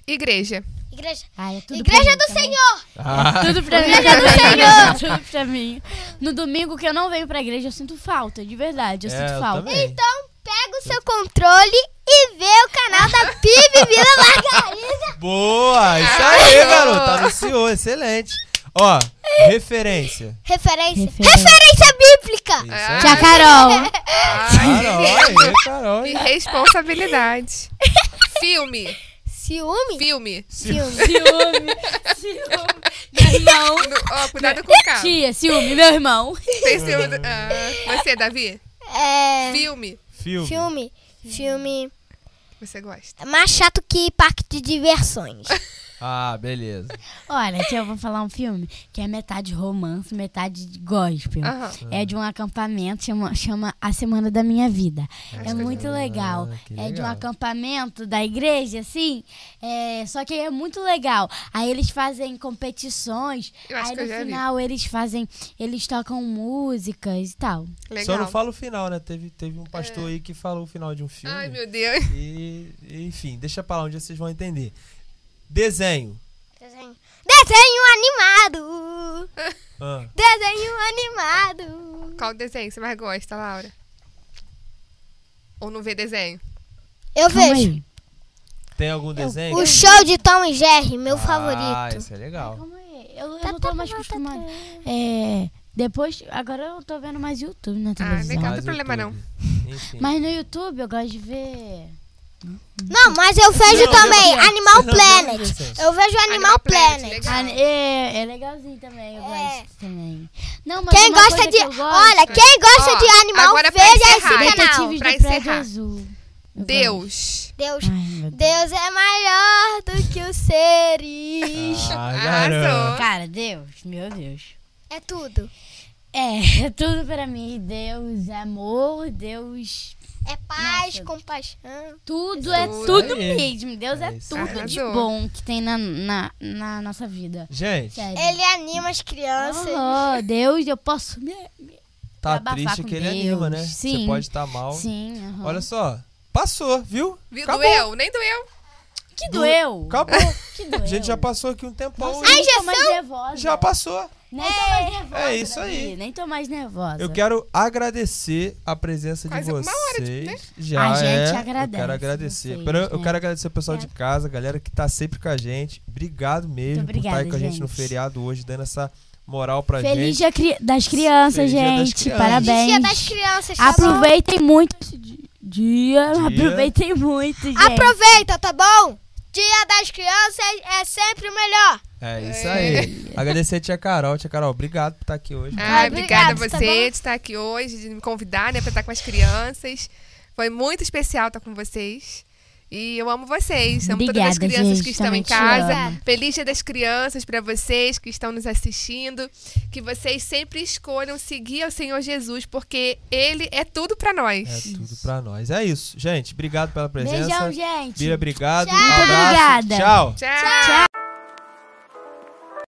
[SPEAKER 3] Igreja.
[SPEAKER 2] Igreja,
[SPEAKER 5] Ah, é tudo
[SPEAKER 2] Igreja
[SPEAKER 5] pra mim
[SPEAKER 2] do
[SPEAKER 5] também.
[SPEAKER 2] Senhor!
[SPEAKER 1] Ah,
[SPEAKER 5] Tudo pra mim. Igreja é do Senhor! tudo pra mim. No domingo que eu não venho pra igreja, eu sinto falta, de verdade, eu
[SPEAKER 1] é,
[SPEAKER 5] sinto
[SPEAKER 1] eu
[SPEAKER 5] falta.
[SPEAKER 1] também.
[SPEAKER 2] Então pega o seu controle e vê o canal da PIB Vila Margarida.
[SPEAKER 1] Boa! Isso aí, Tá
[SPEAKER 3] Arrasou.
[SPEAKER 1] garoto. Anunciou, excelente. Ó, referência.
[SPEAKER 2] Referência.
[SPEAKER 5] Referência.
[SPEAKER 2] Referência bíblica.
[SPEAKER 1] Isso
[SPEAKER 3] Ah,
[SPEAKER 1] aí.
[SPEAKER 5] Tia Carol!
[SPEAKER 1] Carol, aí, Carol.
[SPEAKER 3] E responsabilidade. Filme.
[SPEAKER 2] Ciúme?
[SPEAKER 3] Filme.
[SPEAKER 2] Ciúme.
[SPEAKER 5] ciúme, ciúme. Meu irmão.
[SPEAKER 3] No- ó, cuidado com o carro.
[SPEAKER 5] Tia, ciúme, meu irmão.
[SPEAKER 3] Tem ciúme. Ah, você, Davi?
[SPEAKER 2] É.
[SPEAKER 3] Filme.
[SPEAKER 1] Filme.
[SPEAKER 2] Filme. Filme
[SPEAKER 3] Você gosta.
[SPEAKER 2] é mais chato que parque de diversões.
[SPEAKER 1] Ah, beleza.
[SPEAKER 5] Olha, tia, eu vou falar um filme que é metade romance, metade de gospel.
[SPEAKER 1] Ah.
[SPEAKER 3] Aham.
[SPEAKER 5] É de um acampamento, chama, chama A Semana da Minha Vida.
[SPEAKER 3] que
[SPEAKER 5] é
[SPEAKER 3] eu
[SPEAKER 5] muito
[SPEAKER 1] já vi.
[SPEAKER 5] legal.
[SPEAKER 1] Ah, que
[SPEAKER 5] É de um
[SPEAKER 1] legal.
[SPEAKER 5] acampamento da igreja, assim. É, só que é muito legal. Aí eles fazem competições.
[SPEAKER 3] Eu acho
[SPEAKER 5] aí
[SPEAKER 3] que eu
[SPEAKER 5] no
[SPEAKER 3] já vi.
[SPEAKER 5] final eles fazem. Eles tocam músicas e tal.
[SPEAKER 1] Só
[SPEAKER 3] Legal.
[SPEAKER 1] não fala o final, né? Teve, teve um pastor aí que falou o final de um filme.
[SPEAKER 3] Ai, meu Deus.
[SPEAKER 1] E, e, enfim, deixa pra lá, um dia vocês vão entender. Desenho.
[SPEAKER 2] Desenho. Desenho animado.
[SPEAKER 1] Ah,
[SPEAKER 2] Desenho animado.
[SPEAKER 3] Qual desenho você mais gosta, Laura? Ou não vê desenho?
[SPEAKER 2] Eu
[SPEAKER 5] Calma
[SPEAKER 2] vejo.
[SPEAKER 5] aí.
[SPEAKER 1] tem algum desenho?
[SPEAKER 2] O show de Tom e Jerry, meu
[SPEAKER 1] Ah,
[SPEAKER 2] favorito.
[SPEAKER 1] isso é legal.
[SPEAKER 5] Calma aí. Eu, eu não tô Tá mais acostumada. É, depois. Agora eu tô vendo mais YouTube na televisão.
[SPEAKER 3] Ah, legal.
[SPEAKER 1] Mas
[SPEAKER 3] tem problema,
[SPEAKER 1] YouTube. Enfim.
[SPEAKER 5] Mas no YouTube eu gosto de ver.
[SPEAKER 2] Não, mas eu vejo
[SPEAKER 1] Não, não,
[SPEAKER 2] também
[SPEAKER 1] não.
[SPEAKER 2] Animal
[SPEAKER 1] Não,
[SPEAKER 2] Planet.
[SPEAKER 1] não, não.
[SPEAKER 2] Eu vejo Animal,
[SPEAKER 3] Animal Planet,
[SPEAKER 2] Planet.
[SPEAKER 3] legal.
[SPEAKER 5] Ah, é, é legalzinho também, eu
[SPEAKER 2] É.
[SPEAKER 5] gosto também. Não, mas
[SPEAKER 2] Quem
[SPEAKER 5] uma
[SPEAKER 2] gosta
[SPEAKER 5] coisa
[SPEAKER 2] de.
[SPEAKER 5] que eu gosto-
[SPEAKER 2] Olha, quem gosta
[SPEAKER 3] Ó,
[SPEAKER 2] de animal,
[SPEAKER 3] agora pra
[SPEAKER 2] veja esse
[SPEAKER 3] encerrar.
[SPEAKER 2] canal.
[SPEAKER 5] Detetives
[SPEAKER 3] pra
[SPEAKER 5] do Prédio
[SPEAKER 3] encerrar.
[SPEAKER 5] Azul. Eu gosto.
[SPEAKER 3] Deus.
[SPEAKER 2] Deus.
[SPEAKER 5] Ai, meu Deus.
[SPEAKER 2] Deus é maior do que os seres.
[SPEAKER 1] Ah,
[SPEAKER 3] Arrasou.
[SPEAKER 1] garoto.
[SPEAKER 5] Cara, Deus, meu Deus.
[SPEAKER 2] É tudo.
[SPEAKER 5] É, é tudo pra mim. Deus, amor, Deus.
[SPEAKER 2] É paz, compaixão.
[SPEAKER 5] Tudo é
[SPEAKER 3] Tudo.
[SPEAKER 5] tudo
[SPEAKER 1] Aí.
[SPEAKER 5] mesmo. Deus é,
[SPEAKER 1] É isso
[SPEAKER 5] tudo
[SPEAKER 3] aí.
[SPEAKER 5] de
[SPEAKER 3] Arrasou.
[SPEAKER 5] bom que tem na, na, na nossa vida.
[SPEAKER 1] Gente,
[SPEAKER 5] Sério.
[SPEAKER 2] Ele anima as crianças.
[SPEAKER 5] Aham, Deus, eu posso. me- me-
[SPEAKER 1] tá
[SPEAKER 5] abafar
[SPEAKER 1] triste
[SPEAKER 5] com
[SPEAKER 1] que ele
[SPEAKER 5] Deus.
[SPEAKER 1] anima, né? Você
[SPEAKER 5] Sim.
[SPEAKER 1] pode estar mal.
[SPEAKER 5] Sim, aham.
[SPEAKER 1] Olha só. Passou, viu?
[SPEAKER 3] Viu?
[SPEAKER 1] Acabou.
[SPEAKER 3] Doeu? Nem doeu.
[SPEAKER 5] que doeu.
[SPEAKER 1] Acabou.
[SPEAKER 5] Que doeu.
[SPEAKER 1] A gente já passou aqui um tempão
[SPEAKER 5] Nossa,
[SPEAKER 1] e
[SPEAKER 5] nem tô mais
[SPEAKER 3] é
[SPEAKER 5] nervosa.
[SPEAKER 1] já passou.
[SPEAKER 3] Né,
[SPEAKER 5] Nem tô mais nervosa.
[SPEAKER 1] É isso aí.
[SPEAKER 5] Davi, Nem tô mais nervosa.
[SPEAKER 1] Eu quero agradecer a presença
[SPEAKER 3] Quase
[SPEAKER 1] de
[SPEAKER 3] uma
[SPEAKER 1] vocês.
[SPEAKER 3] hora de- né?
[SPEAKER 1] Já
[SPEAKER 5] A gente
[SPEAKER 1] é.
[SPEAKER 5] agradece
[SPEAKER 1] Eu quero agradecer.
[SPEAKER 5] vocês,
[SPEAKER 1] Pra- Eu
[SPEAKER 5] né?
[SPEAKER 1] quero agradecer o pessoal de casa, a galera que tá sempre com a gente. Obrigado mesmo
[SPEAKER 5] Muito
[SPEAKER 1] por estar aí
[SPEAKER 5] obrigada,
[SPEAKER 1] com a gente no
[SPEAKER 5] gente.
[SPEAKER 1] feriado hoje, dando essa moral pra gente.
[SPEAKER 5] Feliz dia cri- das
[SPEAKER 1] Feliz
[SPEAKER 5] crianças,
[SPEAKER 1] dia das
[SPEAKER 5] gente.
[SPEAKER 1] crianças.
[SPEAKER 5] Parabéns.
[SPEAKER 2] Dia das crianças, tá bom?
[SPEAKER 5] Aproveitem muito esse di- dia.
[SPEAKER 1] Dia.
[SPEAKER 5] Aproveitem muito, gente.
[SPEAKER 2] Aproveita, tá bom? Dia das crianças é sempre o melhor.
[SPEAKER 1] É isso aí. Agradecer a tia Carol. Tia Carol, obrigado por estar aqui hoje.
[SPEAKER 3] Ah, obrigada a
[SPEAKER 2] obrigada,
[SPEAKER 3] você
[SPEAKER 2] tá
[SPEAKER 3] de
[SPEAKER 2] bom?
[SPEAKER 3] estar aqui hoje, de me convidar, né, pra estar com as crianças. Foi muito especial estar com vocês. E eu amo vocês. Amo todas as
[SPEAKER 5] Obrigada,
[SPEAKER 3] crianças
[SPEAKER 5] gente,
[SPEAKER 3] que estão em
[SPEAKER 5] também te
[SPEAKER 3] casa.
[SPEAKER 2] amo.
[SPEAKER 3] Feliz Dia das Crianças para vocês que estão nos assistindo. Que vocês sempre escolham seguir ao Senhor Jesus, porque Ele é tudo para nós.
[SPEAKER 1] É tudo pra nós. É isso, gente. Obrigado pela presença.
[SPEAKER 5] Beijão, gente.
[SPEAKER 1] Bira, obrigado.
[SPEAKER 5] Muito
[SPEAKER 1] Abraço.
[SPEAKER 5] obrigada.
[SPEAKER 1] Tchau.
[SPEAKER 3] Tchau.